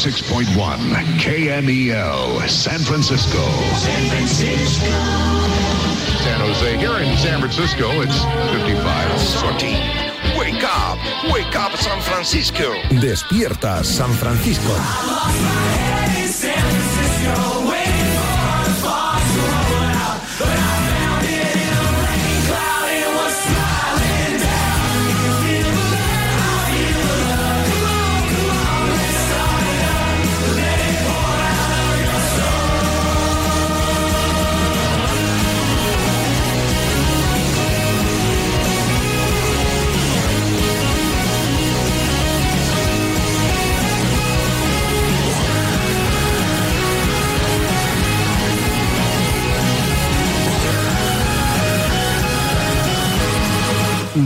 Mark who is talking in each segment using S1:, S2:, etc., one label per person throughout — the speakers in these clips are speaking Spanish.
S1: 6.1 KMEL, E San Francisco.
S2: San Francisco.
S1: San Jose. Here in San Francisco, it's 55.
S3: Wake up, wake up San Francisco.
S4: Despierta San Francisco.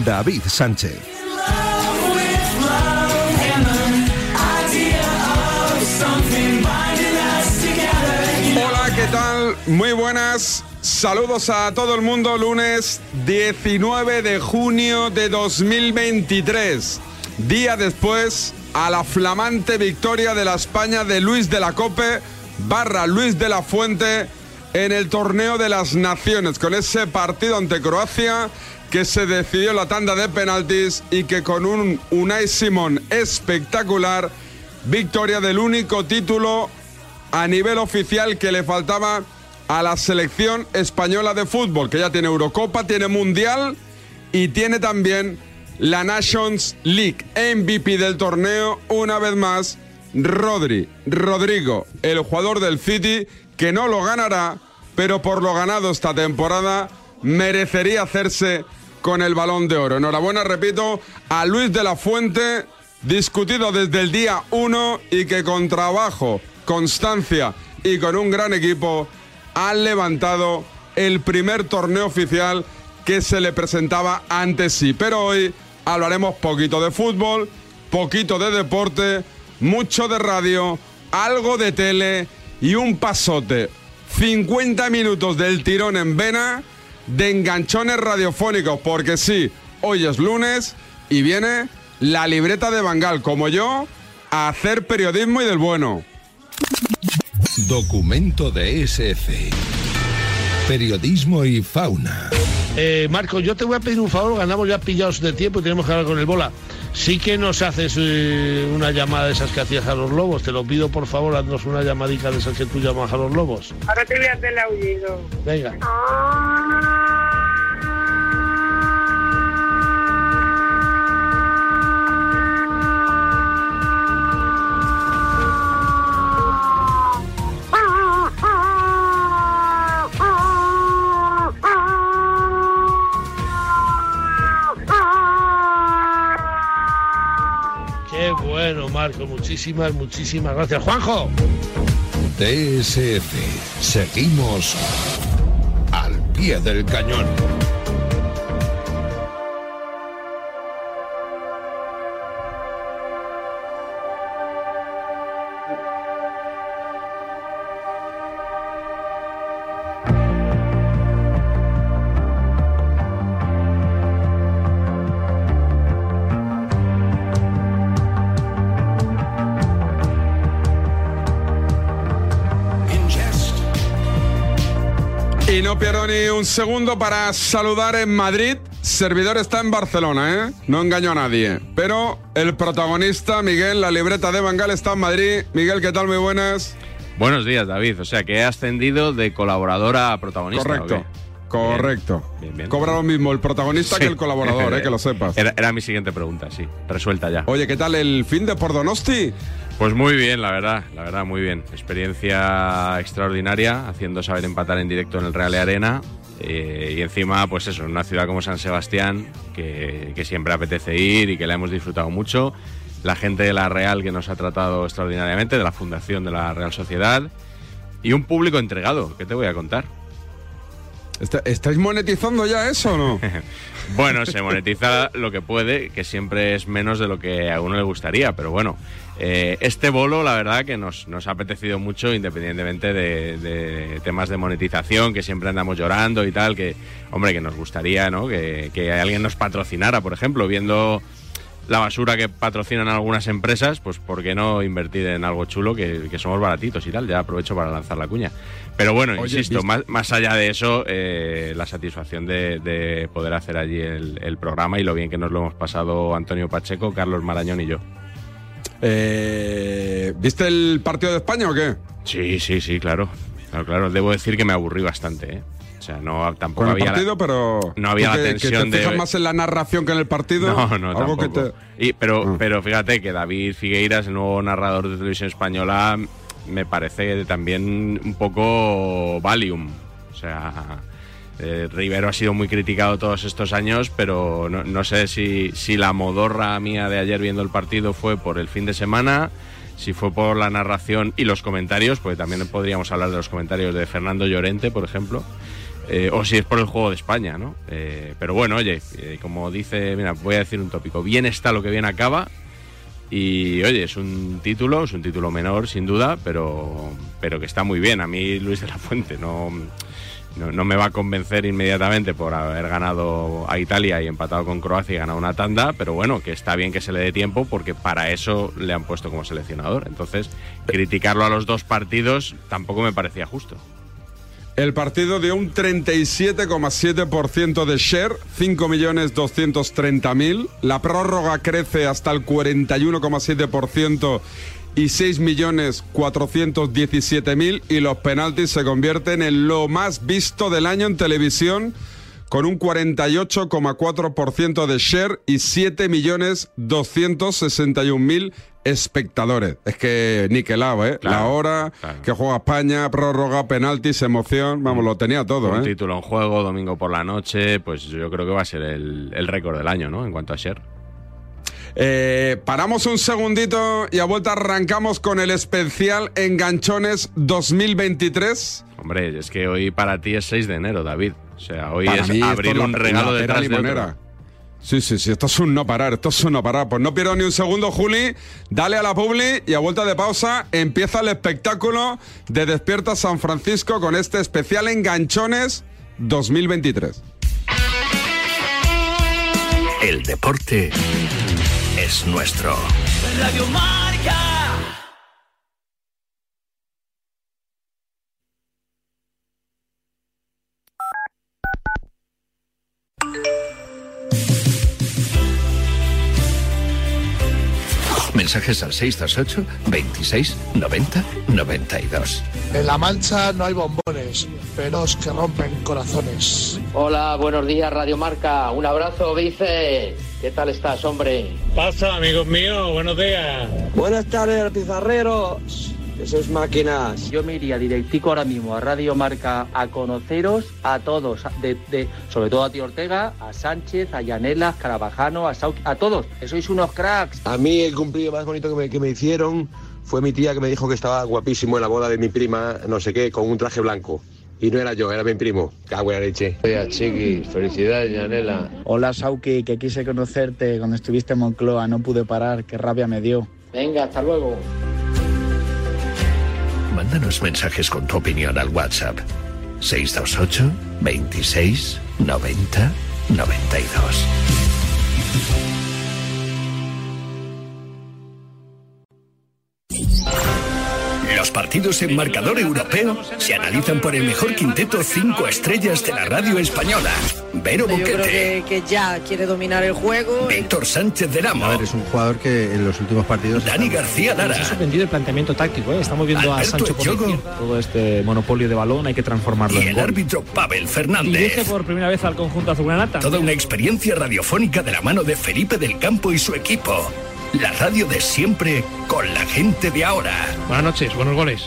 S4: David Sánchez.
S5: Hola, ¿qué tal? Muy buenas. Saludos a todo el mundo. Lunes 19 de junio de 2023. Día después a la flamante victoria de la España de Luis de la Cope barra Luis de la Fuente en el torneo de las naciones con ese partido ante Croacia que se decidió en la tanda de penaltis y que con un Unai Simón espectacular victoria del único título a nivel oficial que le faltaba a la selección española de fútbol, que ya tiene Eurocopa, tiene Mundial y tiene también la Nations League. MVP del torneo, una vez más, Rodri, Rodrigo, el jugador del City, que no lo ganará, pero por lo ganado esta temporada merecería hacerse con el balón de oro. Enhorabuena, repito, a Luis de la Fuente, discutido desde el día 1 y que con trabajo, constancia y con un gran equipo han levantado el primer torneo oficial que se le presentaba antes sí. Pero hoy hablaremos poquito de fútbol, poquito de deporte, mucho de radio, algo de tele y un pasote. 50 minutos del tirón en vena de enganchones radiofónicos, porque sí, hoy es lunes y viene la libreta de Bangal, como yo, a hacer periodismo y del bueno.
S4: Documento de SF. Periodismo y fauna.
S6: Eh, Marco, yo te voy a pedir un favor, ganamos ya pillados de tiempo y Pues tenemos que hablar con el bola. Sí que nos haces eh, una llamada de esas que hacías a los lobos, te lo pido por favor, haznos una llamadica de esas que tú llamas a los lobos.
S7: Ahora te voy a hacer el aullido.
S6: Venga. Qué bueno, Marco, muchísimas, muchísimas gracias. Juanjo.
S4: DSF. Seguimos al pie del cañón.
S5: Y no pierdo ni un segundo para saludar en Madrid. Servidor está en Barcelona, ¿eh? No engaño a nadie. Pero el protagonista, Miguel, la libreta de Bangal está en Madrid. Miguel, ¿qué tal? Muy buenas.
S8: Buenos días, David. O sea, que he ascendido de colaboradora a protagonista.
S5: Correcto. Correcto.
S8: Bien, bien.
S5: Cobra lo mismo el protagonista
S8: Sí.
S5: que el colaborador, ¿eh? Que lo sepas.
S8: Era, era mi siguiente pregunta, sí. Resuelta ya.
S5: Oye, ¿qué tal el fin de Pordonosti?
S8: Pues muy bien, la verdad. La verdad, muy bien. Experiencia extraordinaria, haciendo saber empatar en directo en el Real Arena. eh, y encima, pues eso, en una ciudad como San Sebastián, que, que siempre apetece ir y que la hemos disfrutado mucho. La gente de la Real que nos ha tratado extraordinariamente, de la Fundación de la Real Sociedad. Y un público entregado, ¿qué te voy a contar?
S5: Está- ¿Estáis monetizando ya eso o no?
S8: Bueno, se monetiza lo que puede, que siempre es menos de lo que a uno le gustaría, pero bueno, eh, este bolo la verdad que nos, nos ha apetecido mucho, independientemente de, de temas de monetización, que siempre andamos llorando y tal, que hombre, que nos gustaría ¿no? que, que alguien nos patrocinara, por ejemplo, viendo la basura que patrocinan algunas empresas, pues ¿por qué no invertir en algo chulo que, que somos baratitos y tal? Ya aprovecho para lanzar la cuña. Pero bueno,
S5: Oye,
S8: insisto,
S5: ¿viste?
S8: más, más allá de eso, eh, la satisfacción de, de poder hacer allí el, el programa y lo bien que nos lo hemos pasado Antonio Pacheco, Carlos Marañón y yo.
S5: Eh, ¿Viste el partido de España o qué?
S8: Sí, sí, sí, claro. Claro, claro. Debo decir que me aburrí bastante, ¿eh? O sea, no, tampoco
S5: Con el
S8: había... la-
S5: partido, pero.
S8: no había
S5: ¿tú
S8: la
S5: que-
S8: tensión
S5: que te fijas
S8: de-
S5: más en la narración que en el partido?
S8: No, no,
S5: Algo que
S8: tampoco.
S5: te- Ah.
S8: Y- pero, pero fíjate que David Figueiras, el nuevo narrador de televisión española, me parece también un poco Valium. O sea, eh, Rivero ha sido muy criticado todos estos años, pero no, no sé si, si la modorra mía de ayer viendo el partido fue por el fin de semana. Si fue por la narración y los comentarios, porque también podríamos hablar de los comentarios de Fernando Llorente, por ejemplo. Eh, o si es por el juego de España, ¿no? Eh, pero bueno, oye, eh, como dice, mira, voy a decir un tópico. Bien está lo que bien acaba. Y oye, es un título, es un título menor, sin duda, pero, pero que está muy bien. A mí Luis de la Fuente no, no, no me va a convencer inmediatamente por haber ganado a Italia y empatado con Croacia y ganado una tanda, pero bueno, que está bien que se le dé tiempo porque para eso le han puesto como seleccionador. Entonces, criticarlo a los dos partidos tampoco me parecía justo.
S5: El partido dio un 37,7% de share, 5.230.000. La prórroga crece hasta el 41,7% y 6.417.000. Y los penaltis se convierten en lo más visto del año en televisión, con un 48,4% de share y 7.261.000 espectadores. Es que niquelado, ¿eh? La
S8: Claro,
S5: hora
S8: claro.
S5: que juega España, prórroga, penaltis, emoción, vamos, lo tenía todo,
S8: Un
S5: ¿eh?
S8: título en juego, domingo por la noche, pues yo creo que va a ser el, el récord del año, ¿no? En cuanto a share.
S5: Eh, Paramos un segundito y a vuelta arrancamos con el especial Enganchones 2023.
S8: Hombre, es que hoy para ti es 6 de enero, David. O sea, hoy
S5: Para
S8: es
S5: mí esto
S8: abrir
S5: es la-
S8: un regalo
S5: la pera
S8: detrás de otro.
S5: limonera. Sí, sí, sí, esto es un no parar, esto es un no parar. Pues no pierdo ni un segundo, Juli. Dale a la publi y a vuelta de pausa empieza el espectáculo de Despierta San Francisco con este especial Enganchones 2023.
S9: El deporte es nuestro.
S7: Radio Marca.
S9: Mensajes al 628 26 90 92.
S10: En La Mancha no hay bombones, peros que rompen corazones.
S11: Hola, buenos días, Radio Marca. Un abrazo, Vice. ¿Qué tal estás, hombre?
S12: Pasa, amigos míos, buenos días.
S11: Buenas tardes, pizarreros. Esas máquinas. Yo me iría directico ahora mismo a Radio Marca a conoceros a todos, de- de- sobre todo a Tío Ortega, a Sánchez, a Yanela, a Carabajano, a Sauki, a todos. Que sois unos cracks.
S13: A mí el cumplido más bonito que me, que me hicieron fue mi tía que me dijo que estaba guapísimo en la boda de mi prima, no sé qué, con un traje blanco. Y no era yo, era mi primo. Cago en la leche. Oye, Chiqui, felicidades, Yanela.
S14: Hola Sauki, que quise conocerte cuando estuviste en Moncloa, no pude parar, qué rabia me dio.
S11: Venga, hasta luego.
S9: Mándanos mensajes con tu opinión al WhatsApp 628 26 90 92. Los partidos en marcador europeo se analizan por el mejor quinteto 5 estrellas de la radio española. Vero
S6: Yo creo
S9: Boquete,
S6: que, que ya quiere dominar el juego.
S9: Víctor Sánchez del Amo,
S15: Es un jugador que en los últimos partidos.
S9: Dani García
S16: Nos ha
S9: Lara,
S16: sorprendido el planteamiento táctico, ¿eh? estamos viendo a
S9: Alberto
S16: Sancho por la
S9: Yogo.
S16: izquierda. Todo este monopolio de balón hay que transformarlo
S9: y
S16: en
S9: el
S16: gol.
S9: árbitro Pavel
S16: Dirige
S9: Fernández.
S16: por primera vez al conjunto azulgranata.
S9: Toda una experiencia radiofónica de la mano de Felipe del Campo y su equipo. La radio de siempre con la gente de ahora.
S16: Buenas noches, buenos goles.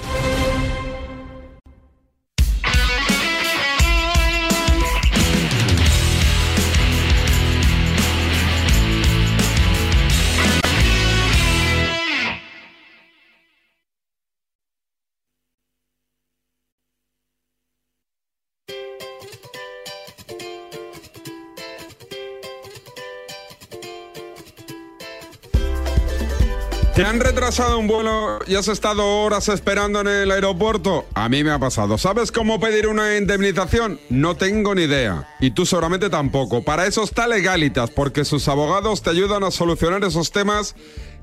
S5: ¿Te han retrasado un vuelo y has estado horas esperando en el aeropuerto? A mí me ha pasado. ¿Sabes cómo pedir una indemnización? No tengo ni idea. Y tú seguramente tampoco. Para eso está Legalitas, porque sus abogados te ayudan a solucionar esos temas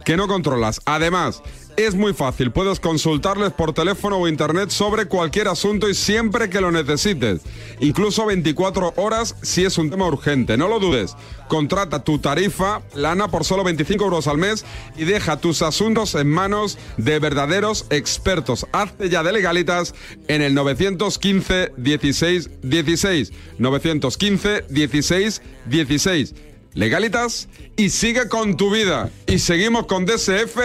S5: que no controlas. Además, es muy fácil. Puedes consultarles por teléfono o internet sobre cualquier asunto y siempre que lo necesites. Incluso 24 horas si es un tema urgente. No lo dudes. Contrata tu tarifa lana por solo 25 euros al mes y deja tus asuntos en manos de verdaderos expertos. Hazte ya de legalitas en el 915 16 16. 915 16 16 legalitas y sigue con tu vida. Y seguimos con DSF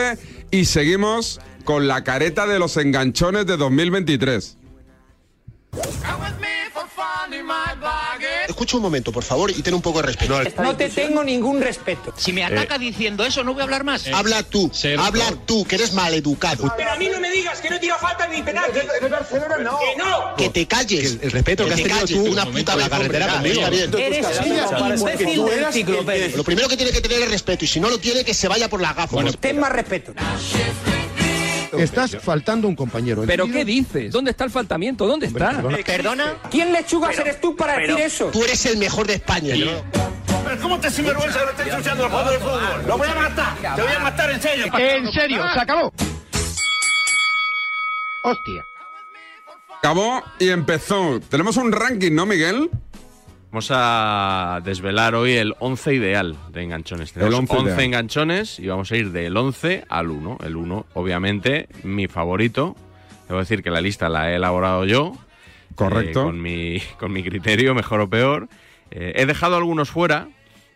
S5: y seguimos con la careta de los enganchones de 2023.
S17: eh.
S11: Escucha un momento, por favor, y ten un poco de respeto.
S18: No te tengo ningún respeto.
S17: Si me
S14: Eh.
S11: ataca
S17: diciendo eso, no voy a hablar más.
S11: eh, Habla tú, habla tú, que eres maleducado.
S18: Pero a mí no me digas que no tira falta ni penalti. De Barcelona no. Que no.
S11: Que te calles. El, respeto que has tenido tú, una puta la carretera conmigo.
S18: Eres un imbécil del ciclo, Pérez.
S11: Lo primero que tiene que tener es respeto, y si no lo tiene, que se vaya por las gafas.
S18: Ten más respeto.
S10: Estás faltando un compañero.
S19: ¿Pero qué dices? ¿Dónde está el faltamiento? ¿Dónde está?
S11: Eh,
S18: ¿Perdona? ¿Quién lechugas eres tú para decir eso?
S11: Tú eres el mejor de España.
S18: ¿Cómo te sinvergüenza que lo estés ensuciando el juego de fútbol? ¡Lo voy a matar! ¡Te voy a matar en serio!
S10: Eh, En serio, se acabó.
S5: Hostia. Acabó y empezó. Tenemos un ranking, ¿no, Miguel?
S8: Vamos a desvelar hoy el 11 ideal de enganchones. Tenemos
S5: El 11 ideal.
S8: enganchones y vamos a ir del 11 al 1. El 1, obviamente, mi favorito. Debo decir que la lista la he elaborado yo.
S5: Correcto.
S8: eh, con, mi, con mi criterio, mejor o peor. Eh, he dejado algunos fuera,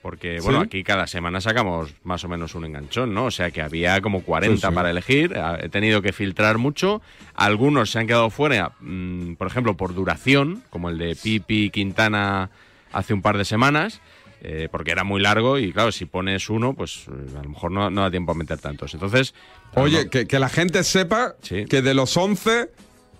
S8: porque, bueno,
S5: Sí.
S8: aquí cada semana sacamos más o menos un enganchón, ¿no? O sea que había como 40
S5: Sí, sí.
S8: para elegir. Ah, He tenido que filtrar mucho. Algunos se han quedado fuera, mm, por ejemplo, por duración, como el de Pipi Quintana hace un par de semanas. eh, porque era muy largo y claro, si pones uno, pues eh, a lo mejor no, no da tiempo a meter tantos. Entonces,
S5: Oye, que, que la gente sepa que de los 11,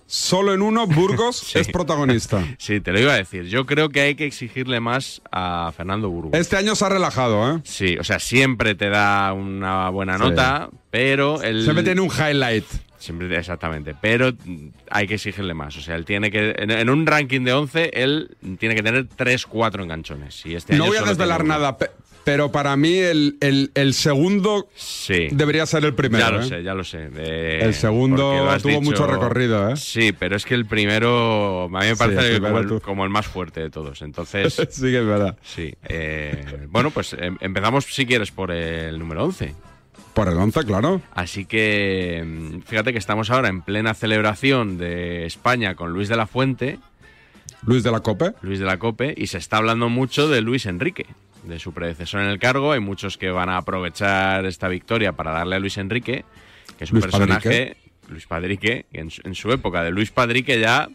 S5: solo en uno Burgos es protagonista.
S8: sí, te lo iba a decir. Yo creo que hay que exigirle más a Fernando Burgos.
S5: Este año se ha relajado, ¿eh?
S8: Sí, o sea, siempre te da una buena
S5: Sí.
S8: nota, pero él...
S5: Siempre tiene un highlight.
S8: Siempre, exactamente, pero mm, hay que exigirle más. O sea, él tiene que... En, en un ranking de 11, él tiene que tener 3, 4 enganchones. Y este
S5: no
S8: año
S5: voy a
S8: solo
S5: desvelar
S8: tiene uno.
S5: nada, pe- pero para mí el, el- el segundo
S8: Sí.
S5: debería ser el primero.
S8: Ya lo
S5: ¿eh?
S8: sé, ya lo sé. Eh,
S5: El segundo
S8: porque lo has
S5: tuvo
S8: dicho-
S5: mucho recorrido, ¿eh?
S8: Sí, pero es que el primero a mí me
S5: Sí,
S8: parece
S5: el
S8: que como,
S5: primero
S8: el, como el más fuerte de todos. Entonces,
S5: sí que es verdad.
S8: sí. eh, bueno, pues em- empezamos, si quieres, por el número 11.
S5: Por el 11, claro.
S8: Así que mm, fíjate que estamos ahora en plena celebración de España con Luis de la Fuente,
S5: Luis de la Cope.
S8: Luis de la Cope, y se está hablando mucho de Luis Enrique, de su predecesor en el cargo. Hay muchos que van a aprovechar esta victoria para darle a Luis Enrique, que es un
S5: Luis
S8: personaje,
S5: Padrique.
S8: Luis Padrique, que en su, en su época de Luis Padrique ya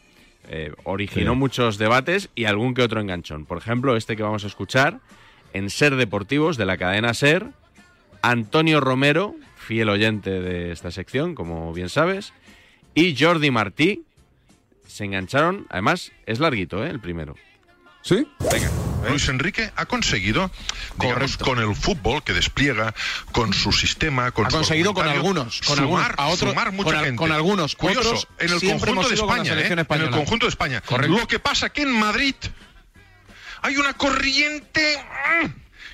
S8: eh, originó
S5: Sí.
S8: muchos debates y algún que otro enganchón. Por ejemplo, este que vamos a escuchar en Ser Deportivos de la cadena Ser, Antonio Romero, fiel oyente de esta sección, como bien sabes, y Jordi Martí se engancharon. Además, es larguito, ¿eh? El primero.
S5: ¿Sí?
S8: Venga.
S1: Luis Enrique ha conseguido con, con el fútbol que despliega, con su sistema, con
S20: Ha
S1: su
S20: conseguido con
S1: argumentario,
S20: algunos, con
S1: sumar,
S20: algunos, a otros-
S1: sumar mucha
S20: con al-
S1: gente.
S20: con algunos,
S1: Curioso,
S20: otros
S1: en el
S20: siempre
S1: conjunto
S20: hemos
S1: de
S20: ido con la
S1: España,
S20: selección
S1: ¿eh? en el
S20: española.
S1: conjunto de España.
S20: Correcto.
S1: Lo que pasa que en Madrid hay una corriente mm,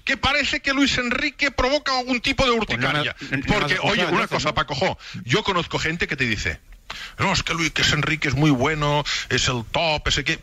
S1: que parece que Luis Enrique provoca algún tipo de urticaria.
S20: Pues no me has
S1: Porque,
S20: escuchado,
S1: oye, una
S20: entonces,
S1: cosa, Paco, jo, yo conozco gente que te dice, no, es que Luis que es Enrique es muy bueno, es el top, ese que...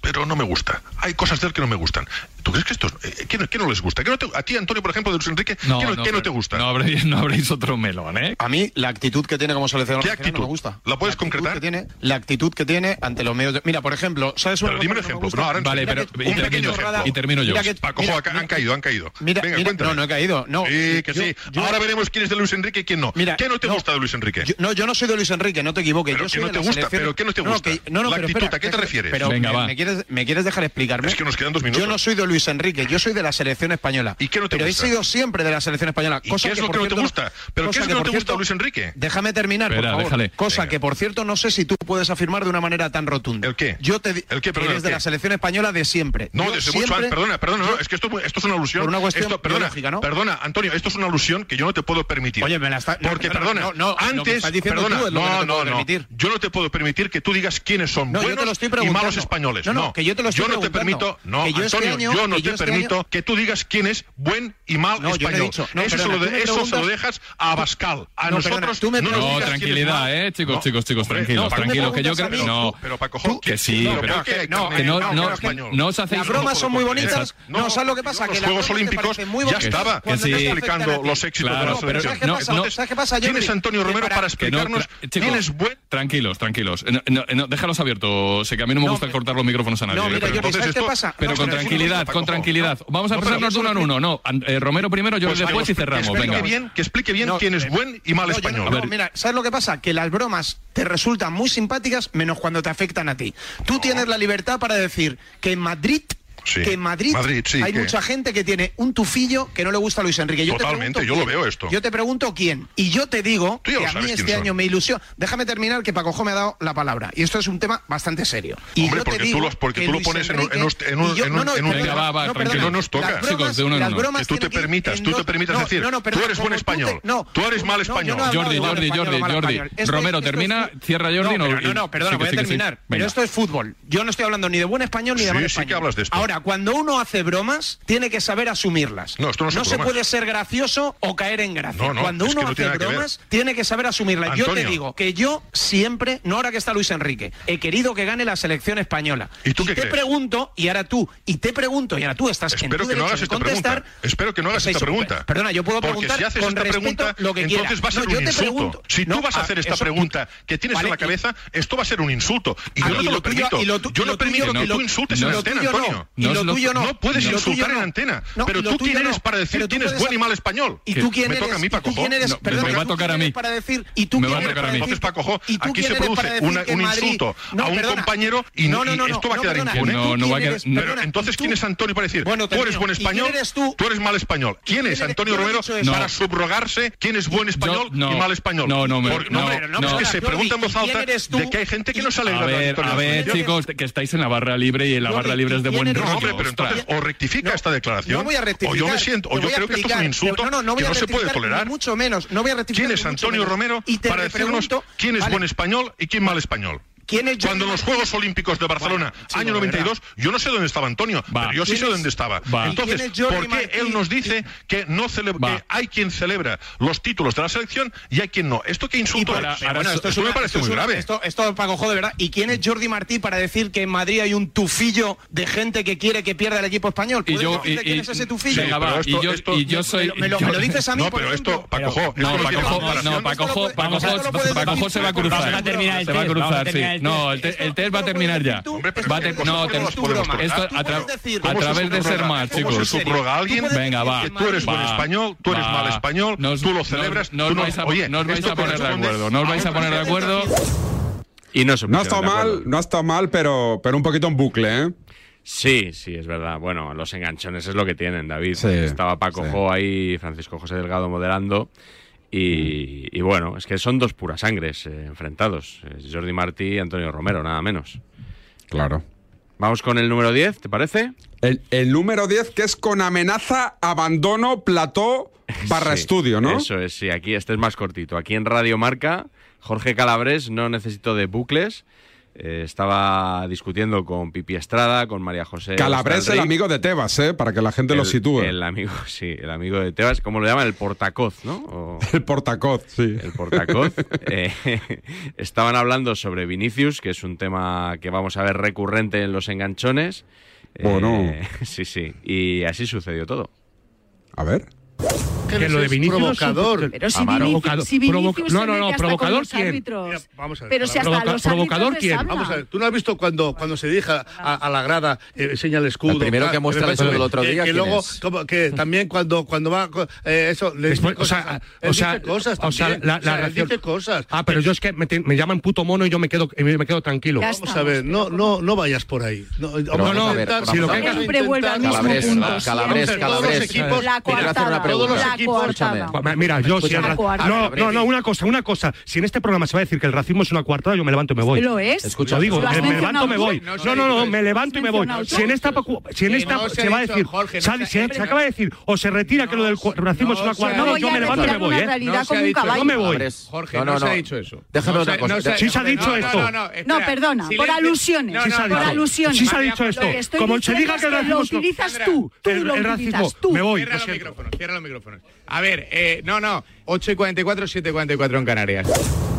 S1: Pero no me gusta. Hay cosas de él que no me gustan. ¿Tú crees que esto es- eh, ¿qué, no- qué no les gusta? ¿Qué no te- a ti, Antonio, por ejemplo, de Luis Enrique, ¿qué no, qué no te gusta?
S20: No habréis, no habréis otro melón, ¿eh? A mí la actitud que tiene como seleccionador
S1: ¿Qué
S20: nacional
S1: actitud?
S20: no me gusta.
S1: ¿La puedes concretar?
S20: Que tiene, la actitud que tiene ante los medios de... Mira, por ejemplo, ¿sabes una
S1: Pero
S20: cosa
S1: dime un
S20: que no me
S1: ejemplo.
S20: gusta?
S1: No, ahora en
S20: vale,
S1: serio.
S20: pero
S1: un
S20: y termino
S1: pequeño
S20: yo.
S1: ejemplo.
S20: Y termino yo.
S1: Mira que- Paco, jo, acá han caído, han caído.
S20: Mira,
S1: Venga,
S20: mira-
S1: cuéntame.
S20: no, no he caído. No,
S1: Sí, que
S20: Yo-
S1: sí.
S20: yo-
S1: Ahora veremos quién es de Luis Enrique y quién no.
S20: Mira,
S1: ¿Qué no te
S20: no.
S1: gusta de Luis Enrique?
S20: Yo- no, yo no soy de Luis Enrique, no te equivoques. yo
S1: Pero que
S20: soy
S1: no
S20: de
S1: te
S20: la
S1: gusta,
S20: selección.
S1: pero ¿qué no te
S20: No,
S1: gusta?
S20: que- no, no,
S1: La
S20: pero
S1: actitud,
S20: espera,
S1: ¿a qué te
S20: deja-
S1: refieres?
S20: Pero
S1: Venga,
S20: me,
S1: va.
S20: me quieres, me quieres dejar explicarme.
S1: Es que nos quedan dos minutos.
S20: Yo no soy de Luis Luis Enrique, yo soy de la selección española.
S1: ¿Y qué no te
S20: pero
S1: gusta?
S20: he sido siempre de la selección española.
S1: ¿Y qué es
S20: por
S1: lo que no te
S20: cierto,
S1: gusta? ¿Pero
S20: cosa
S1: qué es lo que no
S20: por
S1: te
S20: cierto,
S1: gusta, Luis Enrique?
S20: Déjame terminar, por
S1: Espera,
S20: favor.
S1: déjale.
S20: Cosa que, por cierto, no sé si tú puedes afirmar de una manera tan rotunda. ¿El qué? Yo te di-
S1: ¿El qué? Perdona,
S20: eres
S1: ¿el
S20: de
S1: qué?
S20: la selección española de siempre.
S1: No,
S20: Yo
S1: desde mucho
S20: siempre-
S1: antes. Perdona, perdona, no,
S20: Yo-
S1: es que esto, esto es una alusión.
S20: Por una cuestión
S1: Esto- perdona,
S20: biológica, ¿no?
S1: perdona, Antonio, esto es una alusión que yo no te puedo permitir.
S20: Oye, me la está- no,
S1: Porque,
S20: no, no,
S1: perdona,
S20: no, no, lo que
S1: antes,
S20: estás diciendo
S1: perdona,
S20: tú es lo que no
S1: no,
S20: te
S1: no,
S20: puedo
S1: no,
S20: permitir.
S1: Yo no te puedo permitir que tú digas quiénes son
S20: No, yo te
S1: buenos
S20: lo estoy
S1: y
S20: preguntando.
S1: malos españoles.
S20: No, no, que yo te lo estoy
S1: no te
S20: preguntando.
S1: permito, no,
S20: Que yo este
S1: Antonio,
S20: año-
S1: yo no
S20: que yo
S1: te
S20: este
S1: permito
S20: año-
S1: que tú digas quién es buen y mal
S20: No, yo no he
S1: español.
S20: dicho. No,
S1: eso
S20: perdona,
S1: se
S20: tú
S1: lo,
S20: me
S1: de- eso se lo
S20: preguntas-
S1: dejas a Abascal. A
S20: No, perdona,
S1: nosotros
S20: tú me
S1: no
S3: No,
S1: nos digas quién es
S3: tranquilidad,
S1: mal.
S3: eh, chicos,
S1: No,
S3: chicos, chicos,
S1: hombre,
S3: tranquilos,
S1: no, tú me
S3: tranquilos, que yo creo
S1: preguntas a
S3: que
S1: mí,
S3: no.
S1: Pero Paco, Joder,
S3: que sí, pero
S1: no, pero que-
S3: que
S1: no,
S3: no,
S1: no,
S3: no,
S1: no, español.
S3: no os hacéis
S20: Las bromas son muy
S3: locos,
S20: bonitas.
S3: esas-
S20: No, ¿sabes lo que pasa?
S1: los
S20: que la
S1: Juegos
S20: gente te
S1: Olímpicos
S20: parece muy
S1: ya
S20: bonita
S1: estaba,
S20: cuando
S1: que
S20: te
S1: sí.
S20: afectan
S1: explicando
S20: a ti.
S1: los éxitos de
S3: Claro,
S1: la
S3: pero-
S1: selección.
S20: ¿Sabes qué
S3: no,
S20: pasa?
S3: no.
S20: ¿Sabes qué pasa,
S1: ¿Quién
S20: Jordi?
S1: es Antonio
S20: Que
S1: Romero
S20: para-
S1: para
S3: Que no,
S1: explicarnos
S3: tra- chicos,
S1: quién es buen?
S3: Tranquilos, tranquilos. Eh, no, no, eh, no, déjalos abiertos. Sé que a mí no me gusta cortar los micrófonos a nadie. eh,
S20: No, mira,
S3: pero
S20: Jordi, ¿sabes qué pasa?
S3: pero
S20: No,
S3: con
S20: pero es un
S3: tranquilidad,
S20: momento,
S3: con
S20: Paco.
S3: tranquilidad. Vamos a
S1: No, pero
S3: empezarnos de
S1: yo
S3: uno en
S1: solo-
S3: uno. No, An- eh, Romero primero, yo
S1: Pues vamos,
S3: después y
S1: que
S3: cerramos.
S1: explique
S3: Venga.
S1: bien- que explique bien
S20: No,
S1: quién es
S20: eh,
S1: buen y mal
S20: No, yo
S1: español.
S20: no- no, mira, ¿sabes lo que pasa? Que las bromas te resultan muy simpáticas menos cuando te afectan a ti. Tú tienes la libertad para decir que en Madrid...
S1: Sí.
S20: Que en Madrid,
S1: Madrid, sí,
S20: hay
S1: que-
S20: mucha gente que tiene un tufillo que no le gusta a Luis Enrique. Yo te
S1: Totalmente,
S20: pregunto
S1: yo lo
S20: quién.
S1: veo esto.
S20: Yo te pregunto quién. Y yo te digo que
S1: ya lo
S20: a mí
S1: sabes
S20: este
S1: quiénes
S20: año
S1: son.
S20: me ilusión. Déjame terminar que Paco Jo me ha dado la palabra. Y esto es un tema bastante serio. Y
S1: Hombre,
S20: yo te
S1: porque tú
S20: digo
S1: lo has- porque
S20: que
S1: tú lo
S20: Luis
S1: pones en un-
S20: Enrique
S1: en un- en un-
S20: y yo-
S1: en
S20: no,
S1: un-
S20: no,
S1: en un-
S20: perdona,
S1: Venga, va, va,
S20: no,
S1: tranquilo.
S20: perdona.
S1: Que no nos toca.
S20: Las bromas-
S1: Chicos, de uno en
S20: las
S1: uno.
S20: bromas
S1: Que tú te
S20: tienen ir
S1: permitas,
S20: en
S1: tú te
S20: dos-
S1: permitas
S20: no,
S1: decir,
S20: no, no,
S1: tú
S20: perdona,
S1: eres
S20: como
S1: buen
S20: tú te-
S1: español,
S20: no,
S1: tú eres mal
S20: no, yo no he
S1: español.
S20: hablado de
S3: Jordi,
S20: buen
S3: Jordi,
S20: español,
S3: Jordi,
S20: mal
S3: Jordi.
S20: español. Esto-
S3: Romero,
S20: esto es
S3: termina,
S20: fútbol.
S3: cierra Jordi.
S20: No, pero no,
S3: y-
S20: no, perdona,
S3: sí, que
S20: voy a
S3: sí, que sí.
S20: terminar. Pero
S3: Venga.
S20: esto es fútbol. Yo no estoy hablando ni de buen español ni de
S1: Sí,
S20: mal
S1: sí que
S20: español.
S1: hablas de esto.
S20: Ahora, cuando uno hace bromas, tiene que saber asumirlas.
S1: No, esto no son
S20: se
S1: bromas.
S20: puede ser gracioso o caer en gracia.
S1: No, no,
S20: cuando
S1: es que
S20: uno
S1: no
S20: hace
S1: tiene nada que ver.
S20: bromas, tiene que saber asumirlas. Yo te
S1: Antonio.
S20: digo que yo siempre, no ahora que está Luis Enrique, he querido que gane la selección española.
S1: ¿Y tú qué
S20: te
S1: crees?
S20: pregunto, y ahora tú, y te pregunto, y ahora tú estás en
S1: Espero
S20: tu
S1: que no
S20: derecho
S1: hagas
S20: de
S1: esta
S20: contestar.
S1: pregunta. Espero que no hagas
S20: Estáis
S1: esta
S20: super-
S1: pregunta.
S20: Perdona, yo puedo
S1: Porque
S20: preguntar
S1: si haces
S20: con
S1: esta
S20: respeto
S1: pregunta,
S20: lo que quiera.
S1: entonces va a
S20: No,
S1: ser
S20: yo
S1: un
S20: te
S1: insulto.
S20: pregunto-
S1: si tú
S20: No,
S1: vas a hacer
S20: ah,
S1: esta
S20: eso-
S1: pregunta que tienes
S20: Vale,
S1: en la
S20: y-
S1: cabeza, esto va a ser un insulto. Y
S20: Ah,
S1: yo no
S20: y
S1: te
S20: lo
S1: lo,
S20: tuyo-
S1: permito.
S20: y lo tu-
S1: yo
S20: y
S1: no
S20: lo tuyo
S1: permito
S20: no.
S1: que
S20: Y
S1: tú
S20: lo
S1: insultes en
S20: tuyo
S1: antena,
S20: no.
S1: Antonio.
S20: Y lo tuyo no.
S1: No puedes
S20: Y lo
S1: insultar
S20: tuyo
S1: en
S20: no.
S1: antena.
S20: No, y
S1: Pero
S20: lo
S1: tú
S20: tuyo
S1: quién
S20: no.
S1: eres para decir
S20: Pero tú
S1: quién es
S20: puedes
S1: buen y
S20: hab-
S1: mal español.
S20: ¿Y tú quién
S1: Me
S20: eres?
S1: toca a mí,
S20: ¿Y
S1: Paco.
S20: tú quién eres?
S3: No, me
S20: Perdona,
S3: va a
S20: ¿tú
S3: tocar
S20: quién
S3: a mí.
S20: eres Para decir, ¿y tú
S3: Me va
S20: quién
S3: a
S20: eres
S3: tocar a
S20: para
S3: mí.
S1: Entonces,
S20: decir-
S1: Paco,
S20: ¿y tú
S1: aquí
S20: quién
S1: se
S20: eres para
S1: produce
S20: decir
S1: una-
S20: que
S1: un
S20: Madrid-
S1: insulto
S20: No,
S1: a un
S20: perdona.
S1: compañero y,
S20: No,
S1: y
S20: no, no,
S1: esto va a
S20: no,
S1: quedar
S20: perdona.
S1: impune.
S20: ¿Y tú
S3: No, no va a
S20: quién
S3: quedar-
S20: eres?
S3: no.
S1: Pero
S20: Perdona,
S1: entonces,
S20: ¿y tú?
S1: ¿quién es Antonio para decir?
S20: Bueno,
S1: tú eres
S20: termino.
S1: buen
S20: ¿Y quién
S1: español,
S20: eres tú?
S1: eres mal español. ¿Quién,
S20: quién
S1: es
S20: eres?
S1: Antonio
S20: Yo no he
S1: Romero
S20: dicho eso.
S1: para
S3: No.
S1: subrogarse quién es buen español
S3: no.
S1: y mal español?
S3: No, no, me-
S1: Porque-
S3: no,
S1: hombre,
S3: no.
S1: es que
S3: Jordi,
S1: se pregunta en voz
S20: ¿y quién
S1: alta
S20: eres tú?
S1: de que hay gente que no sale
S3: A ver, a ver, chicos, que estáis en la barra libre y en la
S20: Jordi,
S3: barra libre es de
S20: ¿quién
S3: buen
S20: eres
S3: rollo.
S1: No, hombre, pero
S3: ostras.
S1: entonces o rectifica esta declaración
S20: No voy a rectificar.
S1: o yo me siento o
S20: te
S1: yo
S20: voy a
S1: creo que esto es
S20: explicar.
S1: un insulto
S20: No, no, no voy
S1: que
S20: a
S1: no se puede
S20: rectificar,
S1: tolerar.
S20: ni mucho menos. No voy a rectificar.
S1: ¿Quién es
S20: ni mucho
S1: Antonio
S20: menos.
S1: Romero
S20: Y te
S1: para decirnos
S20: repregunto-
S1: quién es
S20: Vale.
S1: buen español y quién mal español?
S20: ¿Quién es Jordi
S1: Cuando en los
S20: Martínez?
S1: Juegos Olímpicos de Barcelona,
S20: Bueno, chico,
S1: año
S20: de
S1: 92, yo no sé dónde estaba Antonio,
S3: Va.
S1: pero yo sí
S20: ¿Quién
S1: sé
S20: es-
S1: dónde estaba.
S3: Va.
S1: Entonces,
S20: ¿Quién es Jordi
S1: ¿por qué
S20: Martínez?
S1: él nos dice que no celebra-
S3: Va.
S1: que hay quien celebra los títulos de la selección y hay quien no? ¿Esto qué
S20: Y
S1: insulto
S20: para-
S1: es?
S20: bueno, esto es
S1: Esto me
S20: una-
S1: parece
S20: esto es
S1: muy
S20: una-
S1: grave.
S20: Esto, esto Paco Jo, de verdad. ¿Y quién es Jordi Martí para decir que en Madrid hay un tufillo de gente que quiere que pierda el equipo español?
S3: Y
S20: ¿Puedes
S3: yo-
S20: decirle
S3: y-
S20: quién
S3: y-
S20: es ese tufillo?
S3: Venga, va,
S1: pero
S3: y yo-
S1: esto-
S3: y yo
S1: me-
S3: soy.
S20: me lo- me lo dices a mí,
S1: No,
S20: por
S1: pero
S20: ejemplo.
S1: esto, Paco Jo,
S3: No,
S1: esto
S3: Paco
S1: tiene
S3: Jo-
S1: comparación.
S3: no, Paco Jo-
S20: Esto
S3: Paco
S20: lo puedes-
S3: Jo-
S20: esto lo
S3: Paco Jo
S20: puedes
S3: se va a
S20: decir tú.
S3: cruzar.
S20: Vamos a terminar el
S3: Se va a
S20: test,
S9: vamos a
S3: cruzar, sí.
S9: terminar el
S3: No, el,
S20: test.
S3: te- el
S20: Esto
S3: test va a
S20: lo puedes
S3: terminar ya.
S20: decir tú.
S1: Hombre, pero
S3: Va a
S1: es que
S3: ter-
S1: cosas
S3: no,
S1: que
S3: te-
S1: no las podemos
S3: esto
S1: tolerar.
S3: a, tra-
S20: Tú puedes decir-
S3: a
S20: ¿Cómo se
S3: través de
S1: subroga?
S3: ser más,
S1: ¿Cómo
S3: chicos.
S1: se subroga a alguien?
S20: puedes
S3: Venga, va.
S1: Que tú eres buen
S3: Va,
S1: español, tú eres
S3: va.
S1: mal español,
S3: No os-
S1: tú
S3: no
S1: lo
S3: os-
S1: celebras,
S3: No
S1: tú
S3: os
S1: no.
S3: vais a
S1: Oye,
S3: no os vais
S1: esto
S3: a poner de
S1: corresponde
S3: acuerdo. No os vais a poner de acuerdo.
S8: Y no se
S5: No
S8: pusieron
S5: ha estado
S8: de acuerdo.
S5: mal, no ha estado mal, pero, pero un poquito en bucle, ¿eh?
S8: Sí, sí, es verdad. Bueno, los enganchones es lo que tienen, David.
S5: Sí,
S8: Estaba Paco
S5: sí.
S8: Jo ahí, Francisco José Delgado moderando. Y, y bueno, es que son dos puras sangres eh, enfrentados. Es Jordi Martí y Antonio Romero, nada menos.
S5: Claro.
S8: Vamos con el número 10, ¿te parece?
S5: El, el número 10, que es con amenaza, abandono, plató, barra
S8: Sí,
S5: estudio, ¿no?
S8: Eso es, sí. Aquí este es más cortito. Aquí en Radio Marca, Jorge Calabres no necesito de bucles. Eh, estaba discutiendo con Pipi Estrada, con María José.
S5: Calabres, el
S8: Hostalric.
S5: amigo de Tebas, ¿eh? Para que la gente lo
S8: El-
S5: sitúe.
S8: El amigo, sí, el amigo de Tebas, ¿cómo lo llaman? El portacoz, ¿no? O-
S5: El portacoz, sí.
S8: el portacoz. Eh, estaban hablando sobre Vinicius, que es un tema que vamos a ver recurrente en los enganchones. Eh,
S5: Bueno.
S8: sí, sí. Y así sucedió todo.
S5: A ver.
S11: Que lo de Vinicius
S13: provocador.
S11: Pero si
S13: Amaro.
S11: Vinicius- si Vinicius
S13: Provoca-
S11: se
S13: no, no,
S11: mete
S13: no,
S11: hasta con
S13: provocador
S11: los
S13: quién.
S11: árbitros.
S13: Mira, vamos a ver.
S11: Pero si hasta
S13: Provoca-
S11: los
S13: provocador
S11: árbitros les
S13: quién.
S11: habla.
S13: Vamos a ver, tú no has visto cuando, cuando se dirige a, a la grada, eh, señala el escudo.
S20: El primero
S13: tal,
S20: que muestra
S13: me
S20: el
S13: parece
S20: escudo
S13: bien.
S20: el otro
S13: Que-
S20: día,
S13: Que
S20: ¿quién
S13: luego,
S20: es?
S13: como que también cuando, cuando va, eh, eso, le dice
S11: Después,
S13: cosas.
S11: o sea,
S13: él
S11: o sea,
S13: dice cosas
S11: o sea,
S13: también,
S11: la-
S13: o sea,
S11: la
S13: él
S11: reacción-
S13: dice cosas.
S11: Ah, pero yo es que me, te- me llaman puto mono y yo me quedo, me, me quedo tranquilo.
S13: Ya Vamos a estamos, ver,
S11: no, no, no vayas por ahí.
S13: vamos
S11: no,
S13: a
S11: no,
S13: ver, vamos
S11: si lo
S13: a
S11: que
S13: ver.
S11: hay que
S13: Siempre vuelve al mismo
S20: Calabres,
S13: punto,
S20: Calabres, Calabres,
S13: siempre.
S20: Calabres.
S13: Todos los
S20: Te quiero hacer una pregunta.
S13: equipos- La coartada. Todos los equipos-
S20: Escúchame.
S11: Pues, Mira, yo si el
S13: Una
S11: ra-
S13: coartada.
S11: no, no, no, una cosa, una cosa. Si en este programa se va a decir que el racismo es una coartada, yo me levanto y me voy.
S13: Lo es.
S11: Escucha,
S13: Lo
S11: digo,
S13: has
S11: me, me
S13: mencionado
S11: levanto y me voy.
S13: tú.
S11: No,
S13: No,
S11: no, no,
S13: no,
S11: me levanto y me voy.
S13: mencionado
S11: Si en
S13: tú.
S11: esta, pacu- si en
S13: Que
S11: esta
S13: no se
S11: se,
S13: ha
S11: va a
S13: dicho,
S11: decir,
S13: Jorge, no
S11: sal-
S13: se ha-
S11: se, se
S13: hombre,
S11: acaba de decir, o se retira que lo del cua- racismo es una
S13: se ha
S11: coartada,
S13: dicho.
S11: yo
S13: No voy a
S11: me levanto y me
S13: retirar
S11: voy,
S13: una
S11: ¿eh?
S13: realidad
S11: No
S13: como
S11: se ha
S13: un
S11: dicho eso.
S13: caballo.
S11: No me voy.
S13: Calabres. Jorge,
S11: No,
S13: no,
S11: no,
S13: se ha
S11: no.
S13: dicho eso.
S11: Déjame
S13: No
S11: otra
S13: se-
S11: cosa.
S13: no se-
S11: Sí se ha
S13: no,
S11: dicho
S13: no,
S11: esto.
S13: No, no, espera.
S11: No, perdona, por
S13: Silencio.
S11: alusiones.
S13: No,
S11: Sí se
S13: no,
S11: ha
S13: por
S11: dicho.
S13: alusiones.
S11: Sí se ha dicho esto.
S13: Lo que estoy
S11: Como se
S13: diciendo
S11: diga
S13: es
S11: que el racismo
S13: Lo
S11: es una-
S13: utilizas
S11: Sandra,
S13: tú. Tú
S11: el-
S13: lo
S11: el racismo,
S13: utilizas tú.
S11: me voy.
S13: Cierra
S11: lo
S13: los
S11: siento.
S13: micrófonos,
S20: Cierra los micrófonos. A ver, eh, no, no. 8 y 44, 7 y 44 en Canarias.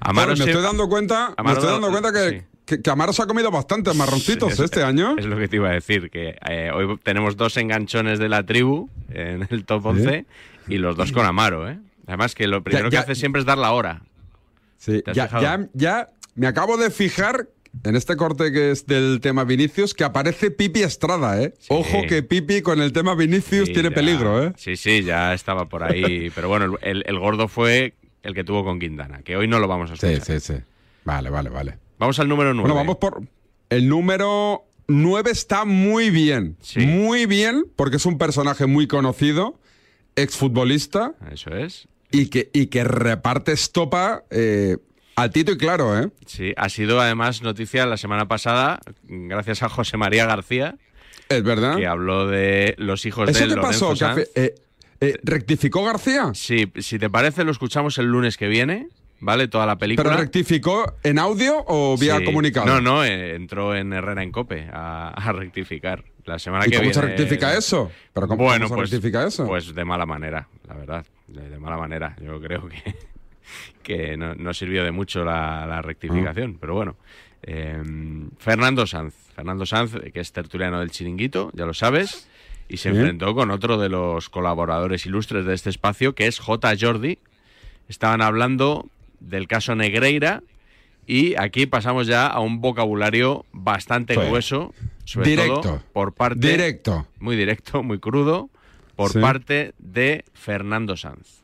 S5: Amaro me
S8: se-
S5: estoy dando cuenta, me
S8: Amaro
S5: estoy
S8: da-
S5: dando cuenta que, que- que Amaro se ha comido bastantes marroncitos
S8: Sí, es-
S5: este año.
S8: Es lo que te iba a decir, que eh, hoy tenemos dos enganchones de la tribu en el top 11 y los dos con Amaro, ¿eh? Además que lo primero
S5: ya-
S8: que hace siempre es dar la hora.
S5: Sí,
S8: ¿Te has
S5: ya,
S8: fijado?
S5: ya, ya me acabo de fijar en este corte que es del tema Vinicius que aparece Pipi Estrada, ¿eh? Ojo que Pipi con el tema Vinicius
S8: Sí,
S5: tiene
S8: ya.
S5: peligro, ¿eh?
S8: Sí, sí, ya estaba por ahí. Pero bueno, el, el- el gordo fue el que tuvo con Quintana, que hoy no lo vamos a escuchar.
S5: Sí, sí, sí. Vale, vale, vale.
S8: Vamos al número 9.
S5: Bueno, vamos por. El número 9 está muy bien. Muy bien, porque es un personaje muy conocido, exfutbolista.
S8: Eso es.
S5: Y que, y que reparte estopa eh, al tito y claro, ¿eh?
S8: Sí, ha sido además noticia la semana pasada, gracias a José María García.
S5: Es verdad.
S8: Que habló de los hijos
S5: ¿Eso
S8: de
S5: qué
S8: Lorenzo
S5: pasó? ¿Que
S8: Sanz.
S5: afe- eh, eh, ¿Rectificó García?
S8: Sí, si te parece, lo escuchamos el lunes que viene, ¿vale? Toda la película.
S5: ¿Pero rectificó en audio o vía
S8: Sí.
S5: comunicado?
S8: No, no, eh, entró en Herrera en Cope a, a rectificar. La semana
S5: ¿Y
S8: que
S5: cómo
S8: viene.
S5: se rectifica eso? ¿Pero cómo-
S8: bueno,
S5: cómo se
S8: pues,
S5: rectifica eso?
S8: Pues de mala manera, la verdad. De, de mala manera. Yo creo que, que no, no sirvió de mucho la, la rectificación,
S5: Ah.
S8: pero bueno. Eh, Fernando Sanz. Fernando Sanz, eh, que es tertuliano del chiringuito, ya lo sabes. Y se
S21: Bien.
S8: enfrentó con otro de los colaboradores ilustres de este espacio, que es J. Jordi. Estaban hablando del caso Negreira. Y aquí pasamos ya a un vocabulario bastante
S5: Sí.
S8: grueso, sobre
S5: Pues, Directo.
S8: todo por parte
S5: Directo.
S8: muy directo, muy crudo, por
S5: Sí.
S8: parte de Fernando Sanz.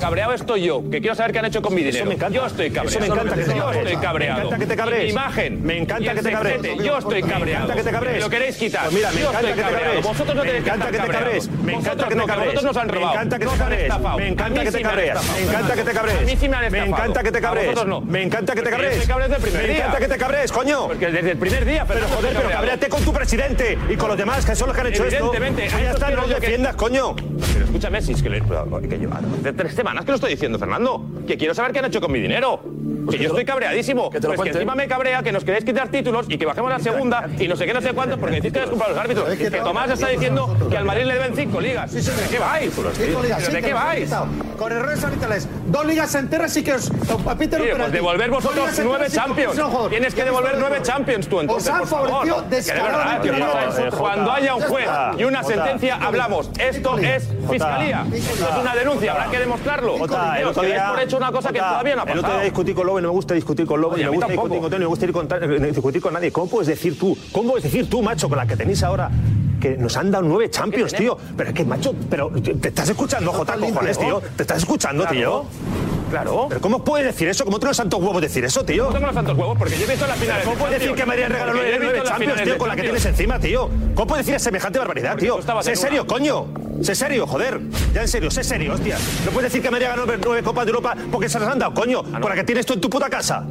S22: Cabreado estoy yo, que quiero saber qué han hecho con mi dinero. Yo estoy cabreado.
S16: Eso me encanta que te
S22: Yo
S16: cabrees.
S22: estoy cabreado.
S16: Me encanta que te cabrees.
S22: Y Mi imagen.
S16: Me encanta
S22: Y el
S16: que te cabrees.
S22: sexete, Yo estoy
S16: Me
S22: cabreado.
S16: encanta que te cabrees.
S22: Lo queréis quitar.
S16: Pues mira,
S22: Yo
S16: me encanta
S22: estoy
S16: que te
S22: cabreado.
S16: cabrees.
S22: Vosotros no
S16: Me
S22: tenéis
S16: encanta
S22: estar
S16: que te cabrees.
S22: cabreados.
S16: Me encanta
S22: Vosotros
S16: que te
S22: no,
S16: cabrees.
S22: Vosotros nos han
S16: Me
S22: robado.
S16: encanta que te
S22: Nos han
S16: cabrees.
S22: estafado.
S16: Me encanta
S22: A mí
S16: que te
S22: sí me han
S16: cabreas.
S22: estafado.
S16: Me encanta que te cabrees.
S22: A mí sí me han
S16: Me
S22: estafado.
S16: encanta que te
S22: A
S16: cabrees.
S22: vosotros no.
S16: Me encanta que te
S22: Porque
S16: cabrees.
S22: Yo estoy cabreado desde el primer
S16: Me
S22: día.
S16: encanta que te cabrees, coño.
S22: Porque desde el primer día.
S16: Pero
S22: Fernando,
S16: joder,
S22: estoy
S16: pero
S22: cabreado.
S16: cabréate con tu presidente y con los demás, que son los que han hecho esto.
S22: Evidentemente,
S16: Pues
S22: a
S16: ya
S22: estos
S16: está, no
S22: quiero
S16: los
S22: yo que-
S16: defiendas, coño.
S22: Pero escúchame, si es que le hay que llevar. Hace tres semanas que lo estoy diciendo, Fernando. Que quiero saber qué han hecho con mi dinero. que yo estoy cabreadísimo.
S16: que te Pues lo
S22: Pues que
S16: cuente.
S22: encima me cabrea que nos queréis quitar títulos y que bajemos la segunda y no sé qué, no sé cuántos, porque decís que es culpa de los árbitros.
S16: ¿Sabes qué
S22: Que
S16: te-
S22: Tomás está diciendo que al Madrid le deben cinco ligas.
S16: Sí, señor.
S22: ¿De qué vais?
S16: Cinco
S22: ¿Pero
S16: ligas, sí,
S22: ¿De
S16: que
S22: qué
S16: nos han
S22: vais?
S16: quitado. Con errores arbitrales. Dos ligas enteras y que os compiten un
S22: Oye,
S16: penalti.
S22: pues devolver
S16: Dos
S22: vosotros
S16: ligas enteras
S22: nueve
S16: y que os
S22: Champions.
S16: compiten un jugador.
S22: Tienes que
S16: Y habéis
S22: devolver
S16: perdido.
S22: nueve Champions tú entonces,
S16: Os han
S22: por favor.
S16: favorecido
S22: Que de verdad,
S16: descaradamente
S22: tío,
S16: uno a vosotros.
S22: Cuando haya un
S16: Ya
S22: juez
S16: está.
S22: y una
S16: Jota.
S22: sentencia, hablamos. Esto
S16: Jota.
S22: es fiscalía.
S16: Jota.
S22: Esto es una denuncia, habrá que demostrarlo.
S16: Jota, el
S22: Tío,
S16: otro
S22: que dais
S16: día-
S22: por hecho una cosa que
S16: Jota,
S22: todavía no ha
S16: El otro día
S22: pasado.
S16: discutí con Lobo y no me gusta discutir con Lobo,
S22: Oye,
S16: y
S22: a
S16: me
S22: mí
S16: gusta
S22: tampoco.
S16: discutir con Antonio, me gusta ir con- eh, discutir con nadie. ¿Cómo puedes decir tú, cómo puedes decir tú, macho, con la que tenéis ahora, que nos han dado nueve Champions, tío? Pero es que, macho, pero te te estás escuchando, Jota, cojones, tío. Te estás escuchando, tío. Claro. ¿Pero cómo puedes decir eso? ¿Cómo tienes los santos huevos decir eso, tío?
S22: No tengo los santos huevos Oh, porque yo he visto las finales.
S16: ¿Cómo
S22: de
S16: puedes decir
S22: Champions?
S16: que María regaló
S22: Porque yo he
S16: nueve
S22: visto
S16: nueve
S22: las
S16: Champions,
S22: finales
S16: tío,
S22: de
S16: con la que
S22: Champions.
S16: tienes encima, tío? ¿Cómo puedes decir semejante barbaridad,
S22: Porque
S16: tío?
S22: tú estabas
S16: Sé
S22: en
S16: serio,
S22: una.
S16: coño. Sé serio, joder. Ya en serio, sé serio, hostia. No puedes decir que María ganó nueve Copas de Europa porque se las han dado, coño,
S22: Ah,
S16: con la que tienes tú en tu puta casa.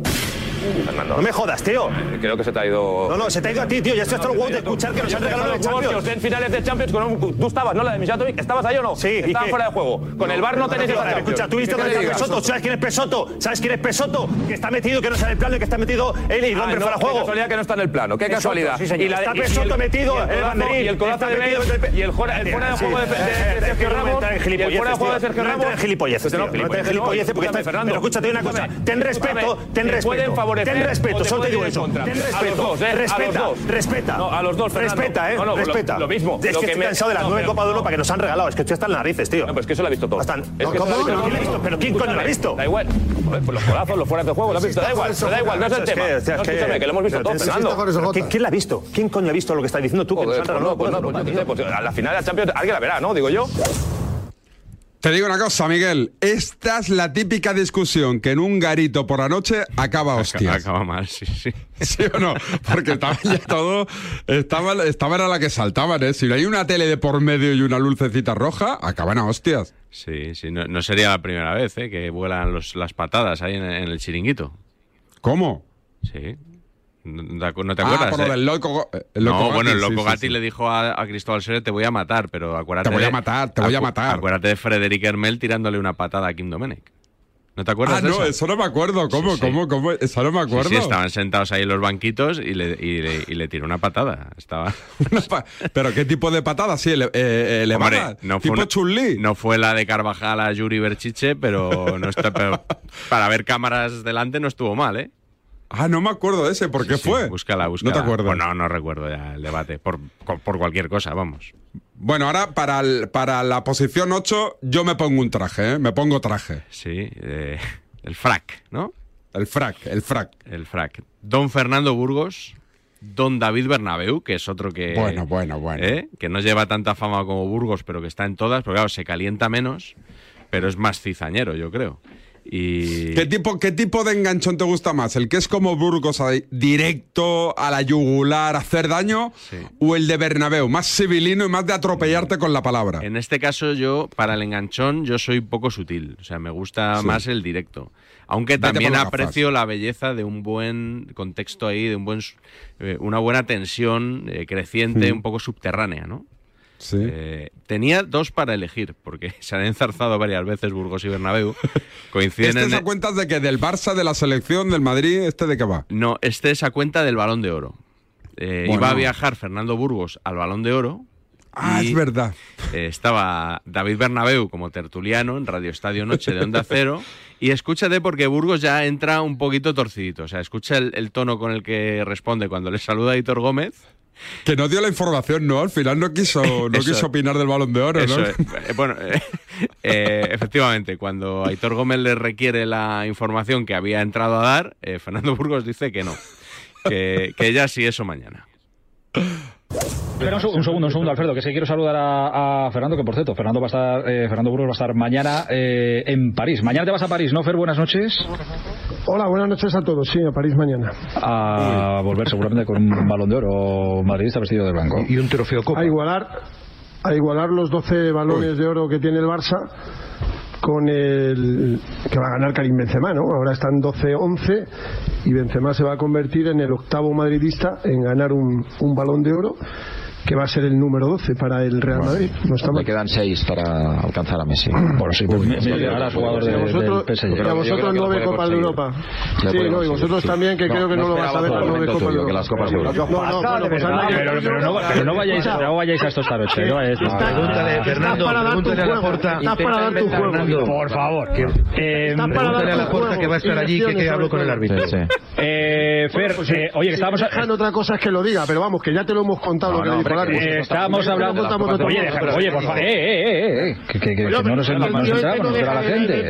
S22: Fernando.
S16: No me jodas, tío.
S22: Creo que se te ha ido.
S16: No, no, se te ha ido a ti, tío. Ya estoy hasta los huevos de escuchar que nos han regalado
S22: los
S16: nueve
S22: juegos que os
S16: Champions.
S22: den finales de Champions con un... Tú estabas, ¿no? La de Mijatovic. ¿Estabas ahí o no? Sí.
S16: ¿y
S22: Estaba
S16: qué?
S22: fuera de juego. Con el bar no tenéis esa Champions.
S16: Escucha, tú viste
S22: ¿Qué
S16: dónde
S22: te digas?
S16: está Pesoto. ¿Sabes quién es Pesoto? ¿Sabes quién es Pesoto? Que está metido, que no sabe el plan, de que está metido él y el
S22: Ah,
S16: hombre
S22: no,
S16: fuera de
S22: Qué
S16: juego.
S22: casualidad que no está en el plano. Qué
S16: Pesoto,
S22: casualidad.
S16: sí, señor. Está Pesoto metido
S22: y
S16: en el
S22: codazo-
S16: banderín.
S22: Y el codazo
S16: Está
S22: de
S16: metido
S22: Benítez,
S16: en el-
S22: Y el fuera el fuera de juego de de- de Sergio Ramos. Y el fuera de juego de Sergio Ramos.
S16: No te gilipolleces, tío. No te gilipolleces porque está... Pero escúchate una cosa. Ten respeto, ten respeto.
S11: favorecer.
S16: Ten
S11: o
S16: respeto,
S11: te
S16: solo te
S11: puede
S16: digo
S11: ir en
S16: eso.
S11: contra.
S16: Ten
S11: A los
S16: respeto.
S11: dos, ¿eh?
S16: Respeta,
S11: a los dos.
S16: respeta.
S11: No, a los dos, Fernando.
S16: Respeta, ¿eh?
S11: No, no, lo-
S16: respeta.
S11: Lo, mismo.
S16: Es
S11: Lo
S16: que estoy
S11: me-
S16: cansado de las
S11: no,
S16: nueve
S11: pero-
S16: Copa de Oro para que nos han regalado. Es que estoy hasta las narices, tío.
S11: No, pero es que eso lo ha visto todo.
S16: No, ¿cómo? No, ¿quién lo ha visto? ¿Pero quién coño lo ha visto?
S11: Da igual. Joder, pues los golazos, los fueras de juego, lo ha
S16: Sí,
S11: visto.
S16: está
S11: Da igual,
S16: fuera
S11: pero da
S16: de
S11: igual, no es el
S16: Sojota,
S11: tema. No,
S16: es que- es que-
S11: escúchame, que lo hemos visto
S16: pero
S11: todo,
S16: tienes que
S11: Fernando.
S16: estar fuera de Sojota. ¿Qui- ¿Quién la ha visto? ¿Quién coño ha visto lo que estás diciendo tú? que
S11: Joder,
S16: nos han
S11: pues
S16: regalado
S11: no, pues
S16: una
S11: no,
S16: Copa
S11: pues
S16: de
S11: yo qué
S16: Oro?
S11: sé, pues a la final de la Champions alguien la verá, ¿no? Digo yo.
S5: Te digo una cosa, Miguel. Esta es la típica discusión que en un garito por la noche acaba hostia.
S8: Acaba mal, sí, sí.
S5: ¿Sí o no? Porque estaban ya todo. Estaban, estaban a la que saltaban, ¿eh? Si hay una tele de por medio y una lucecita roja, acaban a hostias.
S8: Sí, sí, no, no sería la primera vez ¿eh? que vuelan los- las patadas ahí en, en el chiringuito.
S5: ¿Cómo?
S8: Sí. No, no te- no te
S5: Ah,
S8: acuerdas.
S5: por lo
S8: eh?
S5: del loco- el loco
S8: no,
S5: Gatti,
S8: bueno, el
S5: sí,
S8: loco
S5: sí,
S8: Gatti
S5: sí.
S8: le dijo a, a Cristóbal Sere: Te voy a matar, pero acuérdate.
S5: Te voy a
S8: de-
S5: matar, Ah, te voy a
S8: acu-
S5: matar.
S8: Acuérdate de Frederic Hermel tirándole una patada a Kim Domenech. ¿No te acuerdas
S5: Ah,
S8: de
S5: no,
S8: esa?
S5: eso no me acuerdo. ¿Cómo,
S8: sí.
S5: cómo, cómo? Eso no me
S8: Sí,
S5: acuerdo.
S8: sí, estaban sentados ahí en los banquitos y le, y le- y le tiró una patada. Estaba.
S5: Una pa- Pero qué tipo de patada, sí, ele- eh, elevada.
S8: Hombre, no fue
S5: tipo
S8: una-
S5: Chun-Li.
S8: No fue la de Carvajal a Yuri Berchiche, pero, no está, pero para ver cámaras delante no estuvo mal, ¿eh?
S5: Ah, no me acuerdo de ese. ¿Por qué fue?
S8: Búscala, búscala.
S5: acuerdas?
S8: Pues no, no recuerdo ya el debate. Por, por cualquier cosa, vamos.
S5: Bueno, ahora para, el- para la posición 8 yo me pongo un traje, ¿eh? Me pongo traje.
S8: Sí, eh, el frac, ¿no?
S5: El frac, el frac.
S8: El frac. Don Fernando Burgos, don David Bernabeu, que es otro que...
S5: Bueno, bueno, bueno.
S8: ¿eh? Que no lleva tanta fama como Burgos, pero que está en todas, porque claro, se calienta menos, pero es más cizañero, yo creo. Y...
S5: ¿Qué tipo, ¿Qué tipo de enganchón te gusta más? ¿El que es como Burgos, ahí, directo, a la yugular, hacer daño? ¿O el de Bernabéu, más civilino y más de atropellarte
S8: Mm.
S5: con la palabra?
S8: En este caso, yo, para el enganchón, yo soy poco sutil. O sea, me gusta
S5: Sí.
S8: más el directo. Aunque
S5: Vete por
S8: también
S5: las
S8: aprecio la belleza de un buen contexto ahí, de un buen, su- eh, una buena tensión eh, creciente,
S5: Sí.
S8: un poco subterránea, ¿no?
S5: Sí.
S8: Eh, tenía dos para elegir, porque se han enzarzado varias veces Burgos y Bernabéu. Coinciden
S5: ¿Este
S8: en-
S5: se a cuentas de que del Barça, de la selección, del Madrid, este de qué va?
S8: No, este es a cuenta del Balón de Oro. Eh,
S5: Bueno.
S8: Iba a viajar Fernando Burgos al Balón de Oro.
S5: Ah, es verdad.
S8: Eh, estaba David Bernabeu como tertuliano en Radio Estadio Noche de Onda Cero. Y escúchate porque Burgos ya entra un poquito torcidito. O sea, escucha el, el tono con el que responde cuando le saluda a Hitor Gómez.
S5: Que no dio la información, ¿no? Al final no quiso, no
S8: Eso.
S5: quiso opinar del balón de oro,
S8: Eso
S5: ¿no?
S8: es. Eh, Bueno, eh, eh, efectivamente, cuando Aitor Gómez le requiere la información que había entrado a dar, eh, Fernando Burgos dice que no. Que, que ya sí, eso mañana.
S16: ¿eh?
S2: Espera un, seg- un segundo, un segundo, Alfredo, que sí quiero saludar a, a Fernando, que por cierto, Fernando va a estar, eh, Fernando Burgos va a estar mañana eh, en París. Mañana te vas a París, ¿no, Fer? Buenas noches.
S23: Hola, buenas noches a todos. Sí, a París mañana.
S2: A volver seguramente con un balón de oro madridista vestido de blanco. Y un trofeo
S23: A igualar, a igualar los 12 balones de oro que tiene el Barça con el que va a ganar Karim Benzema, ¿no? Ahora están 12-11 y Benzema se va a convertir en el octavo madridista en ganar un, un balón de oro que va a ser el número 12 para el Real Madrid. No está mal.
S24: quedan seis para alcanzar a Messi. Bueno, sí, pues,
S2: me- me- ahora jugador de-
S24: Y a vosotros-
S2: del PSG.
S24: y
S23: a vosotros nueve Copas de Europa. Sí, no, y vosotros también, que creo que no lo vas a ver con nueve Copas de Europa. No, no, bueno, pues anda, que-
S2: pero, pero no, pero no vayáis,
S23: Escucha,
S2: no vayáis a estos taroches. No vayáis-
S23: Pregúntale, Fernando, Estás para dar tu pregúntale a la juego, Porta. estás para dar tu juego.
S2: Fernando, Por favor.
S23: Que-
S2: Eh,
S23: Estás para dar tu juego, direcciones sobre todo.
S2: Eh, Fer, eh, oye, que estábamos...
S23: Dejan otra cosa es que lo diga, pero vamos, que ya te lo hemos contado lo que dijo el árbitro.
S2: eh, estábamos
S23: Ya te lo
S2: hablando.
S23: contamos nosotros.
S2: Oye, deja- oye, por favor. Eh, eh, eh, eh. Que, que, que si no nos enteramos, nos enteramos, nos la gente.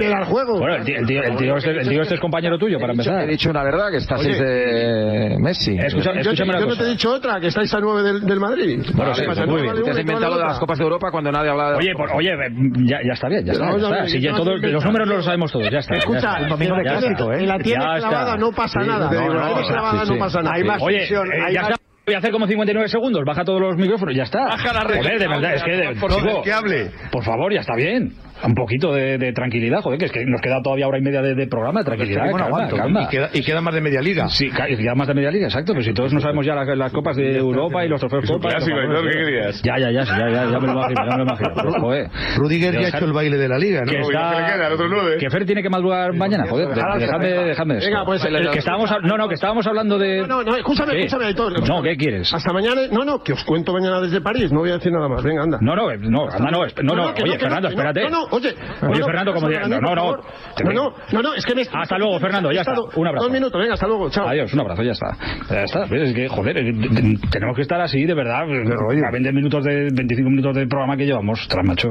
S2: Bueno, el tío, el tío, el tío este, el tío este es compañero tuyo, para empezar.
S24: He dicho una verdad, que está
S2: Oye.
S24: seis de Messi.
S23: Yo te-
S24: Escúchame, escúchame una
S23: yo no
S24: cosa.
S23: te he dicho otra, que estáis a nueve del, del Madrid.
S24: Bueno,
S23: ¿Qué
S24: sí,
S23: pasa?
S24: muy
S23: No
S24: bien.
S23: vale
S24: Te has
S23: una y no vale
S24: inventado
S23: otra.
S24: las Copas de Europa cuando nadie hablaba de
S2: Oye, por- oye, eh, ya, ya está bien, ya está.
S24: No,
S2: Ya
S24: no,
S2: está.
S24: no,
S2: Si ya
S24: no,
S2: todos-
S24: no, no,
S2: los números los sabemos todos, ya está. ya
S24: Escucha,
S2: está.
S24: un domingo de
S2: Ya está.
S24: clásico, ¿eh?
S2: Ya
S24: La tienes
S2: está.
S24: clavada, no
S23: pasa
S2: Sí,
S23: nada.
S2: te digo
S23: No,
S2: una
S23: no,
S2: cosa.
S23: sí, sí. Hay más
S2: Oye,
S23: tensión,
S2: eh,
S23: hay
S2: ya
S23: más-
S2: está. Voy a hacer como 59 segundos. Baja todos los micrófonos, ya está.
S23: Baja la red.
S2: Joder, de verdad, es que. de-
S23: Por favor,
S2: chico,
S23: que hable.
S2: Por favor, ya está bien. Un poquito de, de tranquilidad, joder, que es que nos queda todavía hora y media de, de programa. Tranquilidad,
S23: Tengo un
S2: calma,
S23: aguanto.
S2: calma.
S23: Y queda- Y queda más de media liga.
S2: Sí, ca- y queda más de media liga, exacto. Pero si todos no sabemos ya las, las copas de Europa y los trofeos
S23: Es un
S2: Copa. y los
S23: clásico,
S2: campeones,
S23: ¿no? ¿Qué
S2: sí.
S23: querías?
S2: Ya, ya, ya, sí, ya, ya, ya me lo imagino, ya me lo imagino. pero, joder.
S23: Rudiger ya ha hecho el baile de la liga, ¿no?
S2: Que,
S23: Uy,
S2: está-
S23: no se le queda, el otro nueve.
S2: que Fer tiene que madrugar mañana, joder. de-
S23: Ahora,
S2: Dejadme,
S23: venga.
S2: dejadme de esto.
S23: Venga, pues,
S2: Que estábamos hab- no, no, que estábamos hablando de.
S23: No, no, escúchame,
S2: ¿Qué?
S23: escúchame, Aitor.
S2: No, ¿qué quieres?
S23: Hasta mañana. No, no, que os cuento mañana desde París. No voy a decir nada más. Venga, anda.
S2: No, no, no, anda, no, esp- no, no,
S23: que
S2: oye,
S23: que
S2: Fernando,
S23: que
S2: espérate.
S23: No, no, Oye,
S2: Oye, Fernando, como diga-
S23: Fernando,
S2: no,
S23: por
S2: no,
S23: favor.
S2: no.
S23: no, no, no, es que me-
S2: Hasta luego, Fernando, ya
S23: he
S2: está.
S23: estado
S2: Un abrazo.
S23: Dos minutos, venga, hasta luego, chao.
S2: Adiós, un abrazo, ya está. Ya está, es que, joder, eh, t- tenemos que estar así, de verdad. A 20 minutos de, 25 minutos de programa que llevamos, tras macho.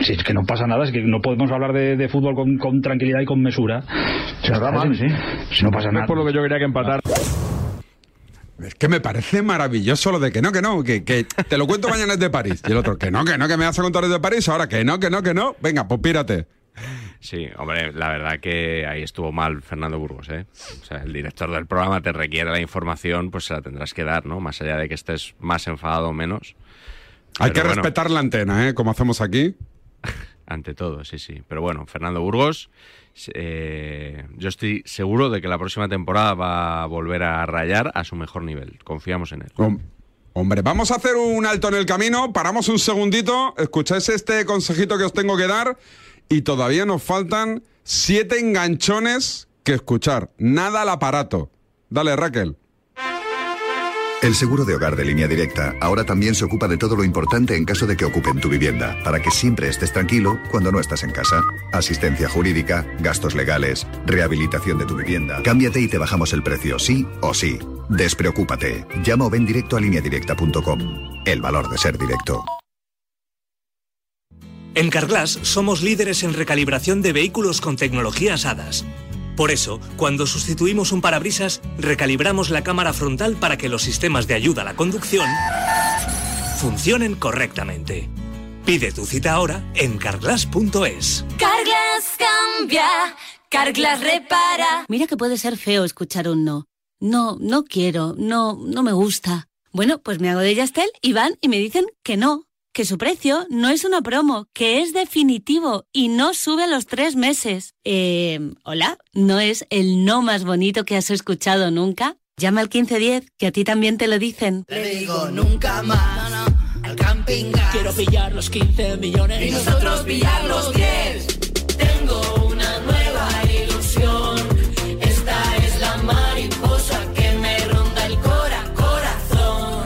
S2: Si es que no pasa nada, es que no podemos hablar de, de fútbol con, con tranquilidad y con mesura. Si
S5: nos da mal, sí.
S2: Si no pasa
S5: Es
S2: nada. Ah.
S5: por lo
S2: que yo quería que empatar.
S5: Es que me parece maravilloso lo de que no, que no, que, que te lo cuento mañana es de París. Y el otro, que no, que no, que me vas a contar es de París, ahora que no, que no, que no. Venga, pues pírate.
S8: Sí, hombre, la verdad que ahí estuvo mal Fernando Burgos, ¿eh? O sea, el director del programa te requiere la información, pues se la tendrás que dar, ¿no? Más allá de que estés más enfadado o menos.
S5: Hay
S8: Pero
S5: que
S8: bueno,
S5: respetar la antena, ¿eh? Como hacemos aquí.
S8: Ante todo, sí, sí. Pero bueno, Fernando Burgos, eh, yo estoy seguro de que la próxima temporada va a volver a rayar a su mejor nivel. Confiamos en él.
S5: Hom- Hombre, vamos a hacer un alto en el camino, paramos un segundito, escucháis este consejito que os tengo que dar y todavía nos faltan siete enganchones que escuchar. Nada al aparato. Dale, Raquel.
S25: El seguro de hogar de línea directa ahora también se ocupa de todo lo importante en caso de que ocupen tu vivienda, para que siempre estés tranquilo cuando no estás en casa. Asistencia jurídica, gastos legales, rehabilitación de tu vivienda. Cámbiate y te bajamos el precio, sí o sí. Despreocúpate. Llama o ven directo a lineadirecta.com. El valor de ser directo.
S11: En Carglass somos líderes en recalibración de vehículos con tecnologías HADAS. Por eso, cuando sustituimos un parabrisas, recalibramos la cámara frontal para que los sistemas de ayuda a la conducción funcionen correctamente. Pide tu cita ahora en carglass.es.
S26: Carglas cambia, Carglas repara. Mira que puede ser feo escuchar un no. No, no quiero, no, no me gusta. Bueno, pues me hago de Yastel y van y me dicen que no, que su precio no es una promo, que es definitivo y no sube a los tres meses. Eh, hola, ¿no es el no más bonito que has escuchado nunca? Llama al 1510, que a ti también te lo dicen.
S27: Le digo nunca más al camping gas. Quiero pillar los 15 millones y nosotros pillar los 10. Tengo una nueva ilusión. Esta es la mariposa que me ronda el cora, corazón.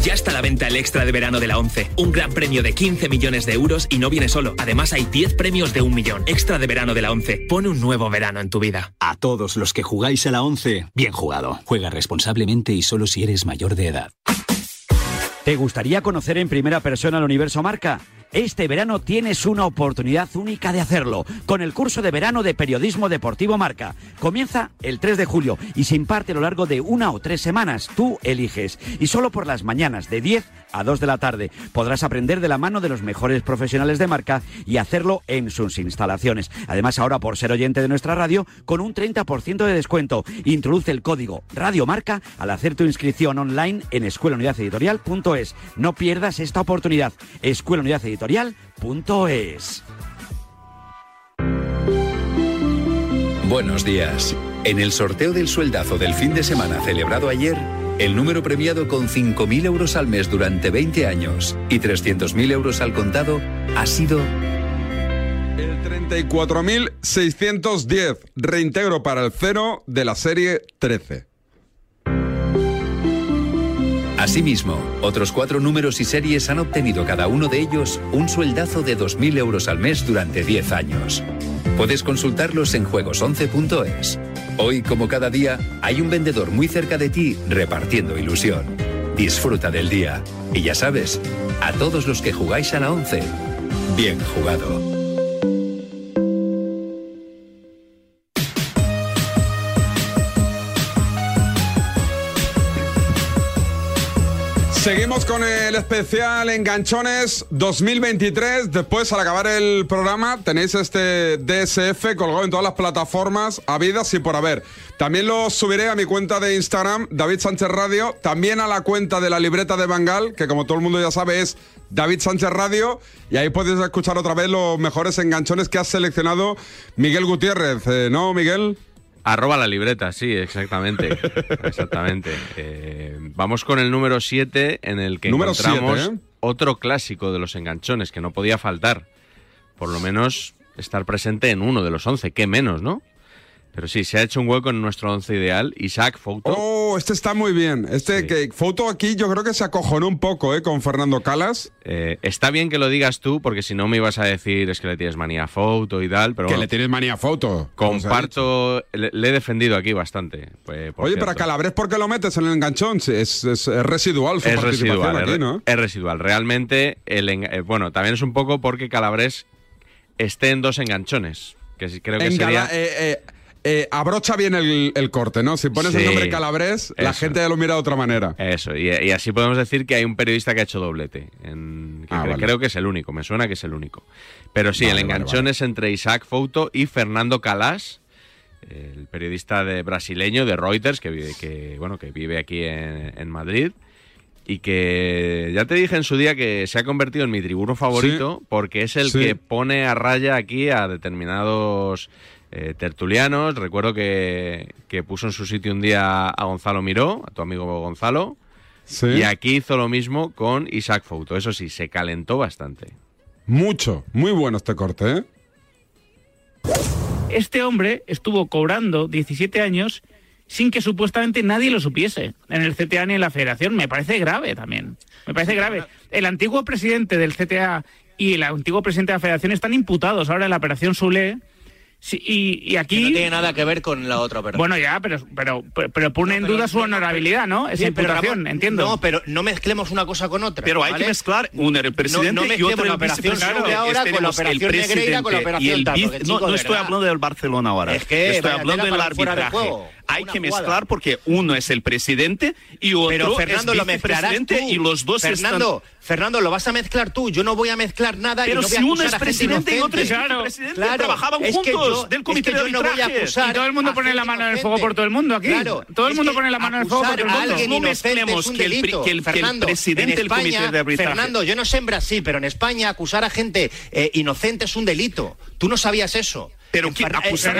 S28: Ya está a la venta el extra de verano de la 11. Un gran premio de 15 millones de euros y no viene solo. Además hay 10 premios de un millón. Extra de verano de la 11. Pone un nuevo verano en tu vida.
S29: A todos los que jugáis a la 11, bien jugado. Juega responsablemente y solo si eres mayor de edad.
S30: ¿Te gustaría conocer en primera persona el universo marca? Este verano tienes una oportunidad única de hacerlo con el curso de verano de periodismo deportivo marca. Comienza el 3 de julio y se imparte a lo largo de una o tres semanas. Tú eliges y solo por las mañanas de 10 a 2 de la tarde podrás aprender de la mano de los mejores profesionales de marca y hacerlo en sus instalaciones. Además ahora por ser oyente de nuestra radio con un 30% de descuento. Introduce el código Radiomarca al hacer tu inscripción online en escuelaunidadeditorial.es. No pierdas esta oportunidad. escuelaunidadeditorial.es.
S31: Buenos días. En el sorteo del sueldazo del fin de semana celebrado ayer, el número premiado con 5.000 euros al mes durante 20 años y 300.000 euros al contado ha sido
S5: 34.610. Reintegro para el cero de la serie 13.
S31: Asimismo, otros cuatro números y series han obtenido cada uno de ellos un sueldazo de 2.000 euros al mes durante 10 años. Puedes consultarlos en juegos11.es. Hoy, como cada día, hay un vendedor muy cerca de ti repartiendo ilusión. Disfruta del día. Y ya sabes, a todos los que jugáis a la 11, bien jugado.
S5: Seguimos con el especial Enganchones 2023. Después, al acabar el programa, tenéis este DSF colgado en todas las plataformas, habidas y por haber. También lo subiré a mi cuenta de Instagram, David Sánchez Radio. También a la cuenta de la libreta de Bangal, que como todo el mundo ya sabe es David Sánchez Radio. Y ahí podéis escuchar otra vez los mejores enganchones que ha seleccionado Miguel Gutiérrez. Eh, ¿No, Miguel?
S8: Arroba la libreta, sí, exactamente. exactamente. Eh, vamos con el número 7 en el que
S5: Número
S8: encontramos
S5: siete, ¿eh?
S8: otro clásico de los enganchones que no podía faltar. Por lo menos estar presente en uno de los 11, qué menos, ¿no? Pero sí, se ha hecho un hueco en nuestro 11 ideal. Isaac Fouto.
S5: Oh, Oh, este está muy bien. Este que foto aquí yo creo que se acojonó un poco, ¿eh? Con Fernando Calas.
S8: Eh, está bien que lo digas tú, porque si no me ibas a decir es que le tienes manía a foto y tal, pero
S5: Que
S8: bueno,
S5: le tienes manía a foto. como se ha
S8: comparto, le, le he defendido aquí bastante. pues, por
S5: Oye,
S8: cierto.
S5: pero a Calabres, ¿por qué lo metes en el enganchón? Si Es, es- es residual su
S8: es
S5: participación
S8: residual, eh,
S5: aquí,
S8: es,
S5: ¿no?
S8: es residual. Realmente, el enga- eh, bueno, también es un poco porque Calabres esté en dos enganchones, que sí- creo que
S5: En
S8: sería...
S5: Gala- eh, eh, eh, abrocha bien el, el corte, ¿no? Si pones el
S8: Sí.
S5: nombre Calabres, la
S8: Eso.
S5: gente lo mira de otra manera.
S8: Eso, y, y así podemos decir que hay un periodista que ha hecho doblete. en- que
S5: Ah,
S8: cre-
S5: vale.
S8: Creo que es el único, me suena que es el único. Pero sí,
S5: Vale,
S8: el
S5: vale,
S8: enganchón es entre Isaac Fouto y Fernando Calas, el periodista de brasileño de Reuters, que vive, que, bueno, que vive aquí en, en Madrid. Y que ya te dije en su día que se ha convertido en mi tribuno favorito porque es el
S5: Sí.
S8: que pone a raya aquí a determinados eh, tertulianos. Recuerdo que, que puso en su sitio un día a Gonzalo Miró, a tu amigo Gonzalo. Y aquí hizo lo mismo con Isaac Fouto. Eso sí, se calentó bastante.
S5: Mucho, muy bueno este corte, ¿eh?
S12: Este hombre estuvo cobrando 17 años sin que supuestamente nadie lo supiese en el CTA ni en la Federación. Me parece grave también. Me parece grave. El antiguo presidente del CTA y el antiguo Oh, presidente de la Federación están imputados ahora en la operación Sule. Sí, y, y aquí.
S11: no tiene nada que ver con la otra operación.
S12: Bueno, ya, pero, pero, pero, pero pone en duda su honorabilidad, ¿no? Esa
S11: Bien, pero
S12: imputación,
S11: Ramón,
S12: entiendo.
S11: No, pero no mezclemos una cosa con otra.
S12: Pero hay que
S11: mezclar
S12: un-
S22: el presidente
S11: no, no
S22: y otro
S11: mezclemos
S22: el
S11: la operación
S22: vicepresidente.
S11: Segura ahora con la
S22: Tenemos el
S11: operación Negreira con la
S22: presidente y
S11: operación
S22: el
S11: Tato, que,
S22: vice-
S11: chicos,
S22: No, no
S11: de
S22: estoy
S11: verdad.
S22: hablando del Barcelona ahora.
S11: Es que
S22: estoy
S11: vaya
S22: hablando
S11: tela
S22: del
S11: para fuera de
S22: arbitraje.
S11: juego.
S22: Hay
S11: Una
S22: que
S11: jugada.
S22: mezclar porque uno es el presidente y otro
S11: Pero Fernando
S22: es
S11: lo mezclarás
S22: vicepresidente
S11: tú.
S22: y los dos
S11: Fernando,
S22: están...
S11: Fernando, lo vas a mezclar tú. Yo no voy a mezclar nada. y
S22: Pero
S11: no voy
S22: si
S11: a
S22: uno
S11: acusar
S22: es
S11: a gente
S22: presidente y otro es
S11: inocente.
S22: vicepresidente,
S11: Claro,
S22: trabajaban
S11: es que
S22: juntos
S11: yo-
S22: del comité
S11: es que
S22: de
S11: yo no voy a
S22: arbitraje.
S11: acusar
S12: Y todo el mundo
S11: a
S12: pone la
S11: gente
S12: mano en el
S11: inocente.
S12: fuego por todo el mundo aquí.
S11: Claro,
S12: todo el
S11: es
S12: mundo
S11: que
S12: pone la mano en el fuego por
S11: acusar
S12: todo el
S11: a
S12: mundo.
S11: alguien
S22: No
S11: inocente
S22: mezclemos
S11: es un
S22: que el pri-
S11: delito.
S22: que el- que el
S11: Fernando,
S22: presidente
S11: en
S22: del comité
S11: España-
S22: de arbitraje.
S11: Fernando, yo no sé en Brasil, pero en España acusar a gente eh, inocente es un delito. Tú no sabías eso.
S22: Pero ¿quién acusa?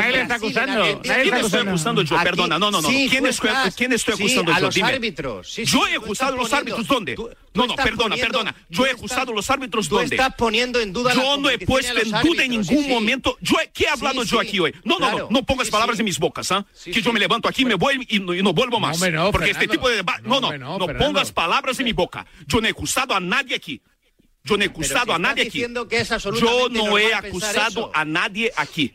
S22: ¿Quién estoy acusando yo? Perdona, no, no, no. ¿Quién, estoy- quién estoy acusando
S11: a
S22: yo?
S11: los
S22: Dime.
S11: árbitros. Sí, sí,
S22: yo he
S11: tú
S22: acusado a los
S11: estás poniendo-
S22: árbitros, ¿dónde?
S11: tú- tú
S22: no, no,
S11: estás
S22: perdona,
S11: poniendo-
S22: perdona. Yo he
S11: tú
S22: acusado
S11: estás-
S22: a los árbitros,
S11: Tú
S22: ¿dónde?
S11: estás poniendo en duda la
S22: Yo no he
S11: competición y a
S22: puesto en
S11: los
S22: duda en
S11: árbitros,
S22: ningún
S11: sí, sí.
S22: momento. Yo, ¿Qué he hablado
S11: Sí,
S22: yo
S11: sí,
S22: aquí hoy? No, no,
S11: claro.
S22: no, no pongas palabras en mis bocas, ¿ah? que yo me levanto aquí, me voy y no, y no vuelvo más.
S32: hombre, no,
S22: porque este
S32: Fernando.
S22: tipo de debate... No, no,
S32: hombre,
S22: no,
S32: no, Fernando.
S22: pongas palabras en mi boca. Yo no he acusado a nadie aquí. Yo no he acusado
S11: si
S22: a nadie
S11: estás
S22: aquí.
S11: diciendo que es
S22: Yo
S11: absolutamente
S22: no he
S11: normal pensar
S22: acusado
S11: eso.
S22: a nadie aquí.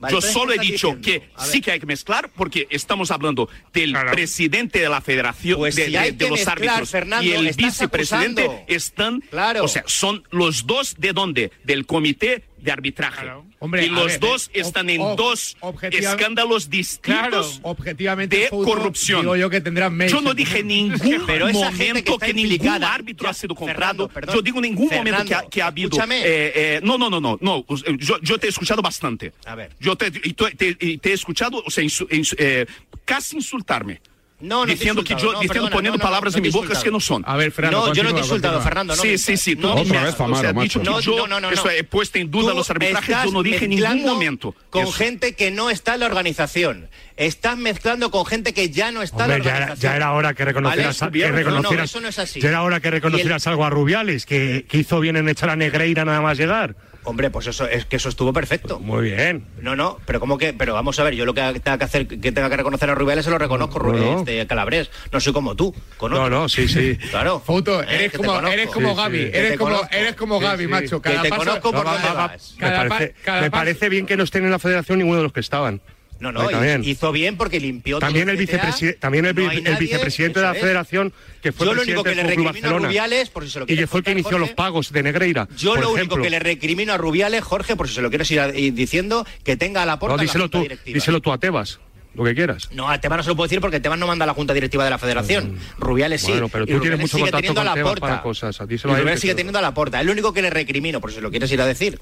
S11: Vale,
S22: Yo
S11: entonces,
S22: solo
S11: ¿qué
S22: he
S11: estás
S22: dicho
S11: diciendo?
S22: que sí que hay que mezclar porque estamos hablando del presidente de la federación de,
S11: Pues si
S22: de-
S11: hay
S22: de
S11: que
S22: los
S11: mezclar,
S22: árbitros
S11: Fernando,
S22: y el
S11: estás
S22: vicepresidente
S11: acusando.
S22: están,
S11: Claro.
S22: o sea, son los dos de dónde, del comité de arbitraje.
S32: Hombre,
S22: y
S32: a
S22: los
S32: ver,
S22: dos
S32: ob-
S22: están en
S32: ob-
S22: dos
S32: objetiva-
S22: escándalos distintos
S32: objetivamente
S22: de
S32: el fútbol,
S22: corrupción.
S32: Digo yo que tendrán meses.
S22: Yo no dije ningún
S32: Pero esa gente que
S22: momento
S32: está
S22: que, ningún
S32: implicada-
S22: árbitro ha sido comprado.
S32: perdón.
S22: yo digo ningún momento que ha,
S32: Fernando,
S22: que ha habido.
S32: escúchame.
S22: eh, eh, no, no, no, no, no. us- eh, Yo, yo te he escuchado bastante.
S11: A ver.
S22: Yo te, y tú- te- y te he escuchado, o sea, insu- insu- eh, casi insultarme.
S11: No, no te he
S22: diciendo que yo,
S11: insultado, no,
S22: diciendo,
S11: perdona,
S22: poniendo
S11: no, no,
S22: palabras
S11: no
S22: en
S11: te
S22: mi
S11: he
S22: boca que
S11: insultado.
S22: no son.
S11: A ver, Fernando, No, yo no te he continúa, insultado, continúa. Fernando, no
S22: sí,
S11: me
S22: sí, sí. tú
S11: insultes.
S22: me
S11: Otra
S22: has-
S11: vez,
S22: o sea,
S11: Famaro,
S22: has
S11: macho.
S22: dicho que
S11: No,
S22: yo
S11: no, no,
S22: eso
S11: no.
S22: he puesto en duda
S11: Tú
S22: los arbitrajes. Yo
S11: estás
S22: no dije en ningún
S11: mezclando
S22: momento.
S11: Con
S22: eso.
S11: gente que no está en la organización. Estás mezclando con gente que ya no está
S7: Hombre,
S11: en la
S7: ya, era-
S11: organización.
S7: ya era hora que reconocieras,
S11: ¿Vale?
S7: que reconocieras-
S11: No, no, eso no es así.
S7: ya era hora
S11: Y
S7: que
S11: el-
S7: reconocieras algo a Rubiales, que, que hizo bien en echar a Negreira nada más llegar.
S11: Hombre, pues eso es que eso estuvo perfecto.
S7: Pues Muy bien.
S11: No, no, pero como que, pero vamos a ver, yo lo que tenga que hacer, que tenga que reconocer a Rubiales se lo reconozco, Ru-
S7: No, no.
S11: este, Calabres. No soy como tú, conozco.
S7: No, no, sí, sí.
S11: Claro.
S32: Foto,
S11: Eh,
S32: eres
S11: que te
S32: como,
S11: conozco.
S32: eres como
S11: Sí, sí.
S32: Gaby,
S11: Que te
S32: eres como,
S11: conozco.
S32: eres como
S11: Sí,
S32: Gaby,
S11: sí.
S32: macho.
S11: Que
S32: Cada
S11: te
S32: paso-
S11: conozco por
S32: No,
S11: dónde
S32: va- va-
S11: vas.
S7: Me
S32: cada pa-
S7: parece,
S32: cada
S7: me
S32: paso-
S7: parece bien que no estén en la federación ninguno de los que estaban.
S11: No,
S7: Ahí
S11: no,
S7: también.
S11: y- hizo bien porque limpió todo
S7: También el,
S11: CTA,
S7: vicepresi- también el,
S11: no
S7: vi-
S11: hay
S7: el
S11: nadie,
S7: vicepresidente de
S11: eso
S7: la
S11: es.
S7: federación, que fue
S11: Yo lo
S7: presidente
S11: único que le
S7: del Fútbol
S11: recrimino a
S7: Barcelona.
S11: Rubiales, por si se lo
S7: y
S11: quieres
S7: que fue el que
S11: contar,
S7: inició los pagos de Negreira.
S11: Yo
S7: por
S11: lo
S7: ejemplo.
S11: único que le recrimino a Rubiales, Jorge, por si se lo quieres ir a- ir diciendo, que tenga a la
S7: No,
S11: puerta la
S7: díselo
S11: junta
S7: tú,
S11: directiva.
S7: díselo tú a Tebas, lo que quieras.
S11: No, a Tebas no se lo puedo decir porque Tebas no manda a la junta directiva de la federación. Rubiales sí.
S7: Mm. Bueno, pero
S11: Y
S7: tú tienes
S11: Rubiales
S7: mucho
S11: sigue
S7: contacto
S11: teniendo
S7: con
S11: a la
S7: Tebas
S11: puerta.
S7: para cosas.
S11: Y
S7: Díselo a él
S11: Rubiales
S7: que
S11: sigue
S7: se lo-
S11: teniendo a la puerta. Es lo único que le recrimino, por si lo quieres ir a decir.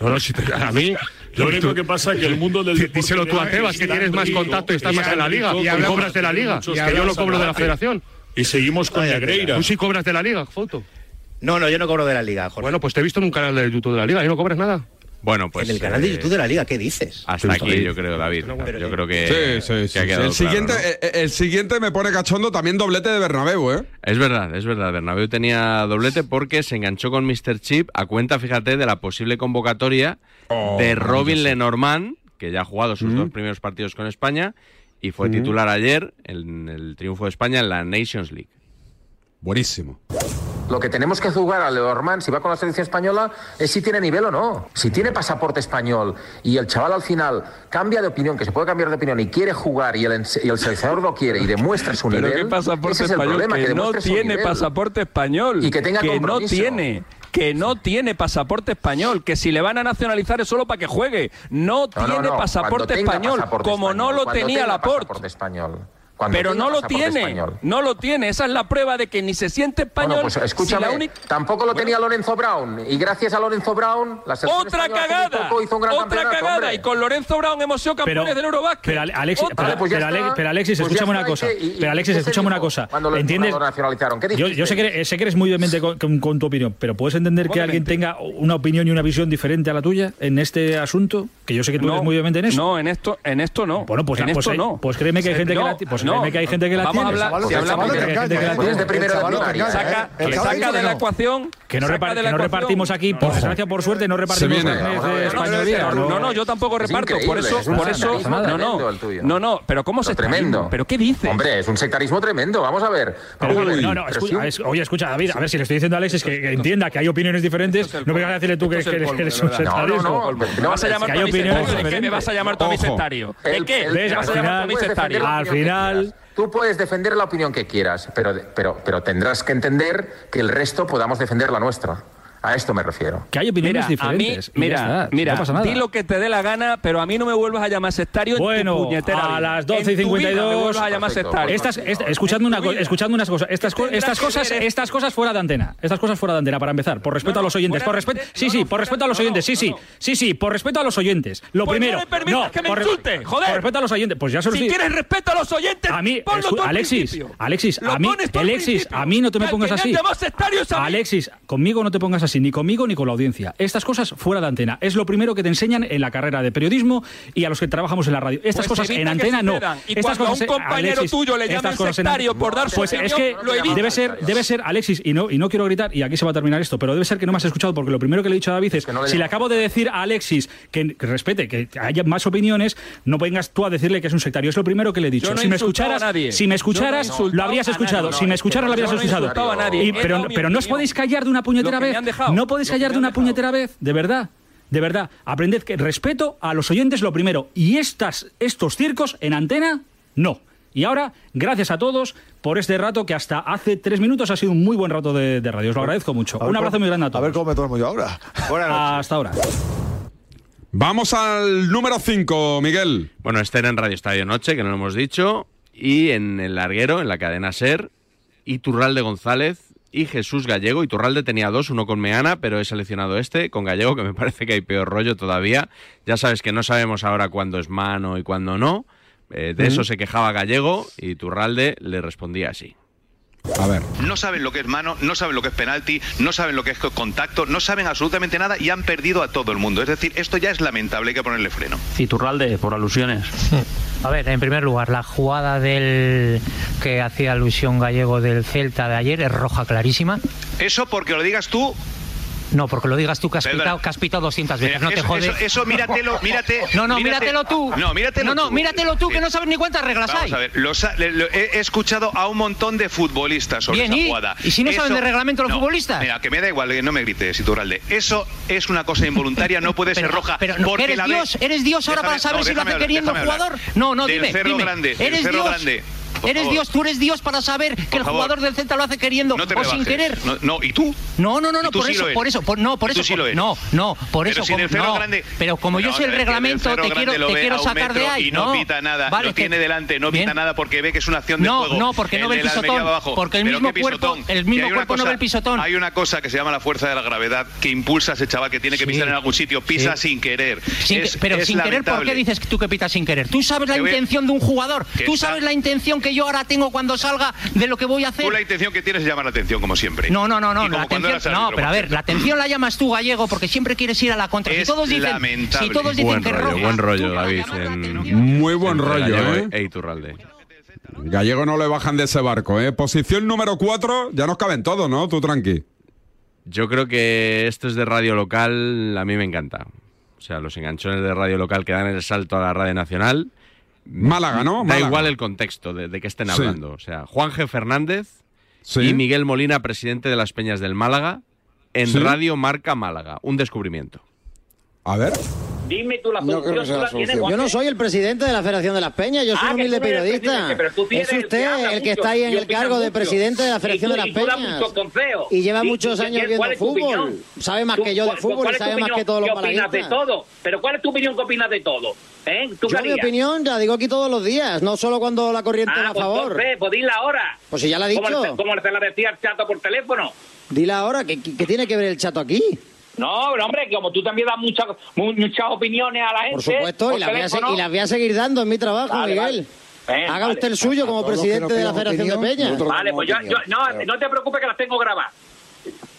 S7: No, no, si te- a mí...
S9: Lo único
S7: tú-
S9: que pasa es que el mundo del
S7: Dí-
S9: deporte
S7: Díselo tú a
S9: ya
S7: Tebas,
S9: es
S7: que
S9: tan
S7: tienes más
S9: rico,
S7: contacto y estás
S9: es
S7: más en la
S9: tan
S7: liga.
S9: rico,
S7: Y
S9: con
S7: cobras de la
S9: muchos
S7: liga,
S9: que
S7: que yo lo
S9: hablas
S7: cobro de la
S9: aparte.
S7: federación.
S9: Y seguimos con Negreira.
S7: Tú sí cobras de la liga, foto.
S11: No, no, yo no cobro de la liga, Jorge.
S7: Bueno, pues te he visto en un canal de YouTube de la liga y no cobras nada.
S8: Bueno, pues.
S11: en el canal de
S8: eh,
S11: YouTube de la liga, ¿qué dices?
S8: Hasta aquí, yo creo, David. Yo creo que.
S5: Sí, sí, sí,
S8: que ha
S5: sí.
S8: quedado
S5: El, siguiente,
S8: claro, ¿no?
S5: eh, eh, el siguiente me pone cachondo también doblete de Bernabéu, ¿eh?
S8: Es verdad, es verdad. Bernabéu tenía doblete porque se enganchó con Mr. Chip a cuenta, fíjate, de la posible
S5: Oh,
S8: convocatoria de Robin Lenormand, que ya ha jugado sus dos primeros partidos con España, y fue
S5: Ujú.
S8: titular ayer en el triunfo de España en la Nations League.
S5: Buenísimo.
S24: Lo que tenemos que jugar a Leorman, si va con la selección española, es si tiene nivel o no. Si tiene pasaporte español y el chaval al final cambia de opinión, que se puede cambiar de opinión y quiere jugar y el, ense- y el seleccionador no quiere y demuestra su
S3: Pero
S24: nivel.
S3: qué pasaporte
S24: ese es el
S3: español
S24: problema,
S3: que, no
S24: demuestre su
S3: tiene
S24: nivel.
S3: pasaporte español
S24: Y que tenga
S3: no
S24: compromiso.
S3: tiene que no tiene pasaporte español, que si le van a nacionalizar es solo para que juegue. No,
S24: No, no,
S3: tiene
S24: no, cuando
S3: pasaporte
S24: tenga
S3: español,
S24: pasaporte
S3: como
S24: español,
S3: no lo
S24: cuando
S3: tenía
S24: tenga
S3: Laporte.
S24: pasaporte español. Cuando
S3: Pero
S24: tenga
S3: no lo
S24: pasaporte
S3: tiene,
S24: español.
S3: no lo tiene. Esa es la prueba de que ni se siente español.
S24: Bueno, pues
S3: si la
S24: escúchame,
S3: única-
S24: tampoco lo tenía Lorenzo Brown y gracias a Lorenzo Brown la selección
S3: Otra
S24: española hace muy
S3: cagada,
S24: poco hizo un gran
S3: otra
S24: campeonato,
S3: cagada.
S24: hombre.
S3: Y con Lorenzo Brown hemos sido campeones del Eurobasket.
S24: Pero Ale- Alexis-
S3: Otra.
S24: Vale, pues ya
S3: Pero Ale-
S24: está.
S3: pero
S24: Pues
S3: Alexis,
S24: ya
S3: escúchame
S24: está,
S3: una cosa.
S24: ¿y qué- y-
S3: Pero Alexis,
S24: qué se
S3: escúchame
S24: dijo
S3: una cosa.
S24: Cuando lo
S3: ¿Entiendes?
S24: nacionalizaron, ¿qué
S2: Yo,
S24: dijiste?
S2: yo sé, que eres, sé que eres muy vehemente con, con- con tu opinión, pero ¿puedes entender que alguien tenga una opinión y una visión diferente a la tuya en este asunto? Que yo sé que tú
S3: No,
S2: eres muy vehemente en eso.
S3: No, en esto, en esto no.
S2: Bueno, pues,
S3: en
S2: pues,
S3: esto
S2: eh,
S3: no.
S2: pues créeme que hay
S3: Se-
S2: gente que
S3: no,
S2: la ti- pues
S3: no.
S2: créeme que hay gente que la
S3: Vamos a
S2: tiene.
S3: hablar,
S2: Pues
S3: si
S2: el
S3: hablamos
S2: chaval
S3: de
S2: te
S3: que-
S2: engaña,
S3: de que la
S2: ¿eh?
S3: tiene.
S24: Este
S2: Desde primero de
S3: Saca-
S2: primaria, ¿eh?
S3: saca-
S2: El
S3: que
S2: chaval
S3: saca
S2: dice
S3: de la
S2: que no.
S3: ecuación
S2: Que no,
S3: saca
S2: repar-
S3: de
S2: que
S3: la
S2: no
S3: ecuación.
S2: repartimos aquí, por desgracia, por suerte, no repartimos
S3: viene.
S2: carnets
S3: No, no,
S2: de
S3: no,
S2: españolía.
S3: no, no, yo tampoco
S24: Es
S3: reparto, por
S24: increíble,
S3: eso,
S24: es un
S3: por eso,
S24: sectarismo
S3: no,
S24: tremendo
S3: no,
S24: el tuyo.
S3: no, no, pero cómo se
S24: tremendo.
S3: pero qué dices,
S24: Hombre, es un sectarismo tremendo, vamos a ver.
S2: Pero,
S24: Vamos a ver.
S2: no, no,
S24: Pero
S2: escucha,
S24: sí,
S2: a ver, oye, escucha, David, a ver si le estoy diciendo a Alexis que, que entienda que hay opiniones diferentes, no me vas a decirle tú que,
S3: es el
S2: que- que
S3: colmo,
S2: eres
S3: de
S2: un
S3: verdad.
S2: sectarismo.
S3: No, no, no,
S2: Colmo.
S3: me vas a
S2: Es que
S3: llamar
S2: hay
S3: tomisectario,
S2: opiniones
S3: ¿de qué me
S2: diferentes.
S3: vas a llamar tomisectario?
S24: Ojo.
S3: ¿De
S24: El-
S3: qué?
S24: el-
S3: ¿Me
S24: el-
S3: vas a
S24: al
S3: llamar
S24: final- puedes defender
S3: tomisectario?
S24: la
S3: Al
S24: opinión que
S3: final-
S24: quieras. Tú puedes defender la opinión que quieras, pero, pero, pero tendrás que entender que el resto podamos defender la nuestra. A esto me refiero.
S2: Que hay
S3: Mira,
S2: opiniones diferentes.
S3: A mí, mira, mira,
S2: no pasa nada.
S3: di lo que te dé la gana, pero a mí no me vuelvas a llamar sectario en tu
S2: Bueno,
S3: puñetera vida.
S2: a las
S3: En tu
S2: 12 y
S3: vida me
S2: 52.
S3: vuelvas a llamar sectario.
S2: Estas, est- escuchadme, una, co- escuchadme unas cosas. Estas, co- estas, cosas estas cosas fuera de antena. Estas cosas fuera de antena, para empezar. Por respeto a los oyentes. Por respeto, sí, sí, por respeto a los oyentes. Sí, sí. Sí, sí, por respeto a los oyentes. Lo
S3: Pues no
S2: primero.
S3: me permitas que me
S2: por res-
S3: insultes, joder.
S2: Por respeto a los oyentes. Pues ya se lo
S3: Si
S2: estoy-
S3: quieres respeto a los oyentes,
S2: a mí,
S3: ponlo
S2: escu-
S3: tú al
S2: Alexis,
S3: principio.
S2: Alexis,
S3: Lo
S2: a mí,
S3: pones tú al
S2: Alexis,
S3: principio.
S2: a mí no te me
S3: Al
S2: pongas
S3: que me
S2: así.
S3: han llamado sectario es a mí.
S2: Alexis, conmigo no te pongas así, ni conmigo ni con la audiencia. Estas cosas fuera de antena. Es lo primero que te enseñan en la carrera de periodismo y a los que trabajamos en la radio. Estas
S3: Pues
S2: cosas en
S3: evita que
S2: antena no.
S3: sucedan. Y
S2: Estas
S3: cuando a
S2: cosas
S3: un
S2: en-
S3: compañero tuyo le
S2: estas
S3: llamen
S2: cosas en-
S3: sectario por dar su
S2: Pues es que
S3: opinión, lo evitas.
S2: debe ser, debe ser Alexis y no y no quiero gritar y aquí se va a terminar esto, pero debe ser que no me has escuchado porque lo primero que le he dicho a David es
S24: no le
S2: si le
S24: llamo.
S2: acabo de decir a Alexis que, que respete, que haya más opiniones, no vengas tú a decirle que es un sectario. Es lo primero que le he dicho.
S3: Yo no he
S2: si me
S3: insultado
S2: escucharas,
S3: a nadie.
S2: si me
S3: Yo no he
S2: escucharas,
S3: insultado
S2: lo habrías
S3: a nadie.
S2: escuchado.
S3: No,
S2: si me escucharas, lo habrías
S3: yo no he
S2: escuchado.
S3: insultado a nadie.
S2: Y-
S3: He
S2: pero
S3: dado mi
S2: pero no os
S3: opinión.
S2: podéis callar de una puñetera
S3: Lo que me
S2: vez.
S3: han dejado.
S2: No podéis
S3: Lo que
S2: callar
S3: me
S2: de
S3: han
S2: una puñetera vez, de verdad. De verdad, aprended que respeto a los oyentes lo primero y estas estos circos en antena no. Y ahora, gracias a todos por este rato que hasta hace tres minutos ha sido un muy buen rato de, de radio. Os lo agradezco mucho.
S16: ver
S2: Un abrazo
S16: cómo-
S2: muy grande a todos.
S16: A ver cómo me tomo yo ahora.
S2: Hasta ahora.
S5: Vamos al número 5, Miguel.
S8: Bueno, este era en Radio Estadio Noche, que no lo hemos dicho, y en El Larguero, en la cadena SER, Iturralde González y Jesús Gallego. Iturralde tenía dos, uno con Meana, pero he seleccionado este, con Gallego, que me parece que hay peor rollo todavía. Ya sabes que no sabemos ahora cuándo es mano y cuándo no. Eh, de
S5: Ujú.
S8: eso se quejaba Gallego y Iturralde le respondía así.
S5: A ver.
S18: No saben lo que es mano, no saben lo que es penalti, no saben lo que es contacto, no saben absolutamente nada y han perdido a todo el mundo. Es decir, esto ya es lamentable, hay que ponerle freno.
S33: Iturralde, por alusiones.
S11: A ver, en primer lugar, la jugada del que hacía alusión gallego del Celta de ayer es roja clarísima.
S18: Eso porque lo digas tú.
S11: No, porque lo digas tú que has,
S18: Perdona.
S11: pitado, que has pitado 200 veces, no te
S18: eso,
S11: jodes.
S18: eso, eso, míratelo, mírate.
S11: No, no, míratelo tú.
S18: No, míratelo
S11: No, no,
S18: tú.
S11: míratelo tú, que
S18: Sí.
S11: no sabes ni cuántas reglas
S18: Vamos
S11: hay.
S18: a ver, los ha- le- lo- he, he escuchado a un montón de futbolistas sobre
S11: Bien,
S18: esa
S11: ¿y?
S18: jugada.
S11: ¿Y si no saben de reglamento los
S18: No,
S11: futbolistas?
S18: Mira, que me da igual, que no me grites, Iturralde. Eso es una cosa involuntaria, no puede ser
S11: Pero-
S18: roja.
S11: pero no,
S18: porque
S11: eres
S18: la ve-
S11: Dios, eres Dios ahora para saber si lo
S18: déjame
S11: hace queriendo
S18: déjame hablar.
S11: jugador. No, no,
S18: Del
S11: dime,
S18: Cerro
S11: dime.
S18: Grande, del
S11: Eres
S18: Cerro
S11: Dios.
S18: grande. Por
S11: Eres
S18: favor.
S11: Dios, tú eres Dios para saber que el
S18: favor.
S11: jugador del Celta lo hace queriendo
S18: No te
S11: o sin
S18: rebajes.
S11: querer.
S18: No, no, ¿y tú?
S11: No, no, no,
S18: Y
S11: no
S18: tú
S11: por,
S18: sí
S11: eso,
S18: lo eres.
S11: por eso, por no, por
S18: Y tú
S11: eso,
S18: sí lo eres.
S11: no, no, por
S18: Pero
S11: eso,
S18: si en el
S11: como-
S18: Cerro
S11: no,
S18: Grande-
S11: pero como yo
S18: No,
S11: sé el
S18: es que en
S11: reglamento,
S18: Cerro
S11: te
S18: Grande
S11: quiero,
S18: lo
S11: te
S18: ve a
S11: quiero
S18: un
S11: sacar de
S18: metro
S11: ahí,
S18: Y no,
S11: no
S18: pita nada,
S11: Vale,
S18: lo
S11: que-
S18: tiene delante, no pita
S11: Bien.
S18: nada porque ve que es una acción de
S11: No,
S18: juego.
S11: no, porque no
S18: El
S11: ve el
S18: del Almería
S11: pisotón,
S18: va abajo.
S11: porque el
S18: Pero
S11: mismo
S18: qué
S11: cuerpo-
S18: pisotón.
S11: el mismo
S18: Y hay una
S11: cuerpo no
S18: cosa-
S11: ve el pisotón.
S18: Hay una cosa que se llama la fuerza de la gravedad que impulsa a ese chaval que tiene que pisar en algún sitio, pisa
S11: Sí.
S18: sin querer.
S11: Sin que-
S18: Es-
S11: pero
S18: es
S11: sin querer, ¿por qué
S18: lamentable.
S11: dices tú que pitas sin querer? Tú sabes la
S18: Que voy a-
S11: intención de un jugador.
S18: Que
S11: Tú
S18: está-
S11: sabes la intención que yo ahora tengo cuando salga de lo que voy a hacer.
S18: Tú la intención que tienes es llamar la atención, como siempre.
S11: No, no, no,
S18: Y
S11: no.
S18: como
S11: La
S18: cuando
S11: atención-
S18: eras árbitro,
S11: no, pero a
S18: por
S11: ver, la atención la llamas tú, gallego, porque siempre quieres ir a la contra. si todos dicen,
S18: lamentable.
S11: si todos dicen
S8: Buen
S11: que
S8: rollo,
S11: roja,
S5: Ah,
S8: buen rollo, David.
S5: Muy buen rollo, ¿eh?
S8: E Iturralde.
S5: Gallego no le bajan de ese barco, ¿eh? Posición número 4, ya nos caben todos, ¿no? Tú tranqui.
S8: Yo creo que esto es de radio local, a mí me encanta. O sea, los enganchones de radio local que dan el salto a la radio nacional
S5: Málaga, ¿no?
S8: Da
S5: Málaga.
S8: igual el contexto de, de que estén
S5: Sí.
S8: hablando. O sea, Juan G. Fernández
S5: Sí.
S8: y Miguel Molina, presidente de las Peñas del Málaga, en
S5: Sí.
S8: Radio Marca Málaga. Un descubrimiento.
S5: A ver.
S4: Dime tú la
S8: No creo que sea la solución.
S4: Juan.
S6: Yo no soy el presidente de la Federación de las Peñas, yo soy
S4: Ah,
S6: un
S4: que
S6: humilde
S4: tú no eres el
S6: periodista.
S4: presidente, pero tú sí
S6: Es
S4: eres el que
S6: usted
S4: habla
S6: el que
S4: mucho
S6: está ahí
S4: y
S6: en el
S4: opina
S6: cargo de
S4: mucho.
S6: presidente de la
S4: Y
S6: Federación
S4: tú-
S6: de las
S4: y tú das
S6: Peñas.
S4: muchos consejos.
S6: Y lleva
S4: Y- y
S6: muchos
S4: ¿qué-
S6: años
S4: cuál
S6: viendo
S4: es tu
S6: fútbol.
S4: opinión?
S6: Sabe más
S4: Tú-
S6: que yo de
S4: cuál-
S6: fútbol
S4: cuál
S6: y
S4: es tu
S6: sabe más
S4: opinión?
S6: que todos los
S4: ¿Qué opinas de
S6: malaguistas.
S4: todo? Pero ¿cuál es tu opinión que opinas de todo? ¿Eh? ¿Tú qué
S6: Yo mi
S4: harías?
S6: opinión la digo aquí todos los días, no solo cuando la corriente
S4: Ah,
S6: va a
S4: pues
S6: favor.
S4: entonces, pues dila ahora.
S6: Pues si ya la ha dicho.
S4: Como el- Como se la decía el chato por teléfono.
S6: Dile ahora, ¿qué, qué- qué tiene que ver el chato aquí?
S4: No, pero hombre, como tú también das muchas mu- muchas opiniones a la gente.
S6: Por supuesto, y
S4: por
S6: las voy a, se-
S4: teléfono.
S6: y las voy a seguir dando en mi trabajo,
S4: Vale,
S6: Miguel.
S4: vale. Ven,
S6: Haga
S4: vale.
S6: usted el suyo como presidente de la Federación de Peñas.
S4: Vale, pues yo, yo- no, no te preocupes que las tengo grabadas.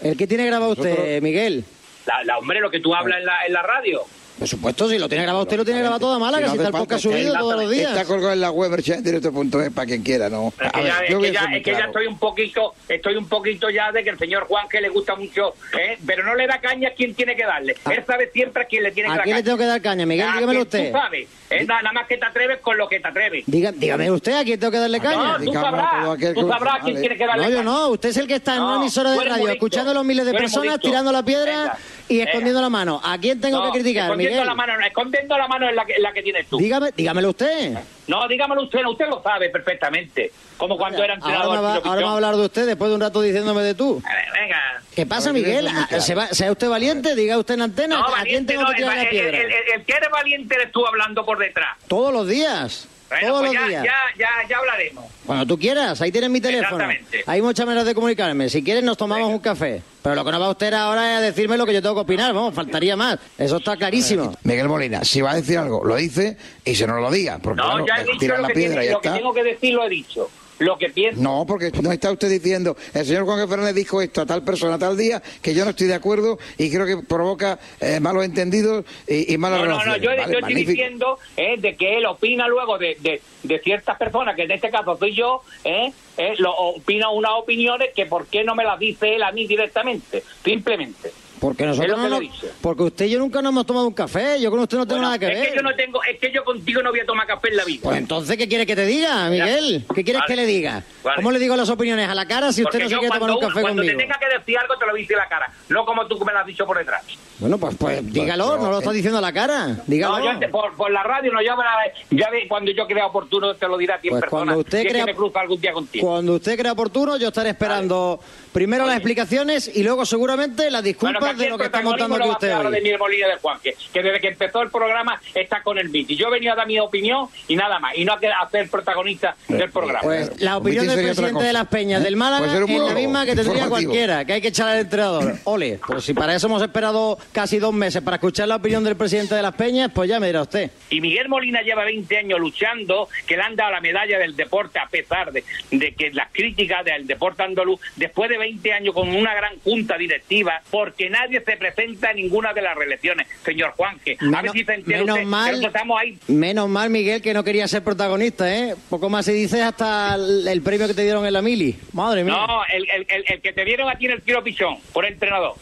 S6: ¿El que tiene grabado usted, Miguel?
S4: La, la- hombre, lo que tú hablas en la, en la radio.
S6: Por supuesto, si lo tiene grabado usted, lo tiene grabado toda Málaga, no si hace está el falta podcast que- subido todos los días. Está colgado en la web directo.es para quien quiera, ¿no?
S4: Es que, ya, es que ya- es que ya estoy un poquito, estoy un poquito ya de que el señor Juan que le gusta mucho, ¿eh? pero no le da caña a quien tiene que darle. Él sabe siempre a quién le tiene que
S6: Ah. ¿A
S4: dar
S6: quién le
S4: caña.
S6: tengo que dar caña, Miguel?
S4: A
S6: Dígamelo
S4: quien
S6: usted.
S4: Tú sabes, Es na- nada más que te atreves con lo que te atreves.
S6: Diga- dígame usted, ¿a quién tengo que darle caña?
S4: No, tú sabrás, tú sabrás a quién tiene que darle
S6: No, yo
S4: caña.
S6: no. Usted es el que está en
S4: No,
S6: una emisora de
S4: tú eres
S6: radio,
S4: modesto.
S6: escuchando a los miles de
S4: Tú eres
S6: personas,
S4: modesto.
S6: tirando la piedra
S4: Venga,
S6: y
S4: venga.
S6: escondiendo la mano. ¿A quién tengo
S4: No,
S6: que criticar,
S4: escondiendo
S6: Miguel?
S4: la mano, no, escondiendo la mano en la que, en la que tienes tú.
S6: Dígame, dígamelo usted.
S4: No, dígamelo usted, no, usted lo sabe perfectamente. Como cuando era
S6: Ahora
S4: entrenador.
S6: me, va,
S4: Tito
S6: ahora me va a
S4: Pichón.
S6: hablar de usted después de un rato diciéndome de tú.
S4: Venga.
S6: ¿Qué pasa, Miguel? Ah, se va- sea usted valiente, diga usted en antena,
S4: No,
S6: ¿a quién
S4: valiente
S6: tengo
S4: no,
S6: que
S4: el,
S6: tirar la
S4: el-
S6: piedra?
S4: el- el- el que eres valiente eres tú hablando por detrás.
S6: Todos los días.
S4: Bueno,
S6: todos
S4: pues
S6: los
S4: ya,
S6: días.
S4: ya, ya, ya hablaremos.
S6: Cuando tú quieras, ahí tienes mi teléfono.
S4: Exactamente.
S6: Hay muchas maneras de comunicarme. Si quieres, nos tomamos un café. Pero lo que no va usted ahora es a decirme lo que yo tengo que opinar. Vamos, faltaría más. Eso está clarísimo.
S32: Miguel Molina, si va a decir algo, lo dice y si no lo diga, porque
S4: No,
S32: claro,
S4: ya he dicho
S32: tira
S4: lo
S32: la
S4: que,
S32: piedra
S4: tiene-
S32: y ya
S4: lo que
S32: está.
S4: tengo que decir, lo he dicho. Lo que pienso.
S32: No, porque no está usted diciendo, el señor Juan G. Fernández dijo esto a tal persona tal día que yo no estoy de acuerdo y creo que provoca eh, malos entendidos y, y malas
S4: No, no, no,
S32: relaciones.
S4: yo,
S32: Vale,
S4: yo estoy
S32: magnífico.
S4: diciendo eh, de que él opina luego de, de, de ciertas personas, que en este caso soy yo, eh, eh, lo, opina unas opiniones que por qué no me las dice él a mí directamente, simplemente.
S6: Porque
S4: Es lo
S6: nosotros
S4: que
S6: no
S4: lo
S6: nos-
S4: dice.
S6: Porque usted y yo nunca nos hemos tomado un café. Yo con usted no tengo
S4: Bueno,
S6: nada que
S4: es
S6: ver.
S4: que yo no tengo, es que yo contigo no voy a tomar café en la vida.
S6: Pues entonces, ¿qué quieres que te diga, Miguel? ¿Qué quieres
S4: Vale.
S6: que le diga?
S4: Vale.
S6: ¿Cómo le digo las opiniones a la cara si usted
S4: Porque
S6: no se
S4: yo
S6: quiere tomar
S4: cuando
S6: un
S4: uno-
S6: café
S4: cuando
S6: conmigo?
S4: te tenga que decir algo, te lo dice a la cara. No como tú que me lo has dicho por detrás.
S6: Bueno, pues, pues dígalo, no lo está diciendo a la cara. Dígalo.
S4: No, yo te- por, por la radio, no, ya, me la- ya ve- cuando yo crea oportuno te lo dirá a ti en
S6: Pues
S4: persona.
S6: cuando usted
S4: si es
S6: crea-
S4: que me cruza algún día contigo.
S6: Cuando usted crea oportuno, yo estaré esperando primero las explicaciones y luego seguramente las disculpas
S4: Bueno, que aquí
S6: de
S4: el
S6: lo que está
S4: protagonismo
S6: montando
S4: lo
S6: aquí
S4: va a
S6: usted
S4: hacer ahora de
S6: hoy.
S4: Miguel Molina de Juanque, que desde que empezó el programa está con el beat. Y yo he venido a dar mi opinión y nada más. Y no a que- a ser protagonista del programa.
S6: Pues la opinión del presidente de las Peñas del Málaga
S4: Pues era un
S6: es la
S4: monólogo
S6: misma que tendría
S4: informativo.
S6: cualquiera, que hay que echar al entrenador. Ole, pues si para eso hemos esperado casi dos meses para escuchar la opinión del presidente de las Peñas, pues ya me dirá usted.
S4: Y Miguel Molina lleva 20 años luchando, que le han dado la medalla del deporte a pesar de, de que las críticas del deporte andaluz, después de 20 años con una gran junta directiva, porque nadie se presenta a ninguna de las reelecciones, señor Juanje. a ver
S6: Menos,
S4: si se entera
S6: menos
S4: usted, que
S6: mal,
S4: nosotros estamos ahí.
S6: menos mal, Miguel, que no quería ser protagonista, ¿eh? Poco más se dice hasta el, el premio que te dieron en la mili. Madre mía.
S4: No, el, el- el- el que te dieron aquí en el tiro pichón, por entrenador.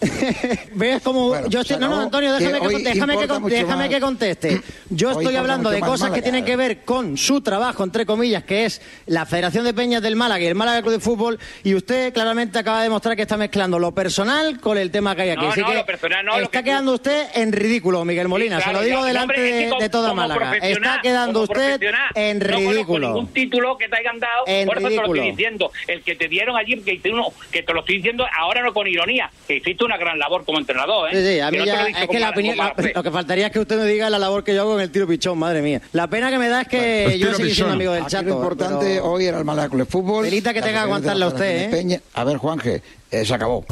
S6: ¿Ves cómo yo
S4: se
S6: estoy, no, no,
S4: acabó,
S6: Antonio, déjame,
S4: que
S6: que,
S4: eh, hoy
S6: con- déjame, que,
S4: importa
S6: con-
S4: mucho
S6: déjame
S4: más.
S6: que conteste. Yo
S4: Hoy
S6: estoy
S4: importa
S6: hablando
S4: mucho
S6: de
S4: más
S6: cosas que
S4: Málaga.
S6: tienen que ver con su trabajo, entre comillas, que es la Federación de Peñas del Málaga y el Málaga Club de Fútbol, y usted claramente acaba de demostrar que está mezclando lo personal con el tema que hay aquí.
S4: No,
S6: Así
S4: no,
S6: que
S4: lo personal no, lo que
S6: está
S4: tú-
S6: quedando usted en ridículo, Miguel Molina,
S4: Sí, claro,
S6: se lo digo
S4: ya,
S6: delante
S4: hombre, es que
S6: de,
S4: como-
S6: de toda
S4: como
S6: Málaga. Está
S4: profesional,
S6: quedando
S4: como
S6: usted
S4: profesional,
S6: en
S4: no conozco
S6: ridículo.
S4: ningún título que te hayan dado,
S6: En
S4: por eso te lo
S6: ridículo.
S4: estoy diciendo. El que te dieron allí, que, hice uno, que te lo estoy diciendo ahora no con ironía, que hiciste una gran labor como entrenador. ¿eh?
S6: Sí, sí, a
S4: Que
S6: mí
S4: no te
S6: ya-
S4: lo he dicho
S6: es
S4: con
S6: que la
S4: mala-
S6: opinión-
S4: con mala
S6: la-
S4: fe.
S6: lo que faltaría es que usted me diga la labor que yo hago con el tiro pichón, madre mía. La pena que me da es que
S32: Pues
S6: Eh, yo
S32: tiro
S6: seguí
S32: pichón.
S6: siendo amigo del
S32: Aquí
S6: chato.
S32: Lo importante
S6: pero-
S32: hoy era el Málaga Club de Fútbol.
S6: Pelita que
S32: la
S6: tenga que
S32: Federación de
S6: aguantarla
S32: la Federación
S6: usted, ¿eh?
S32: de Peña. A ver, Juanje, eh, se acabó.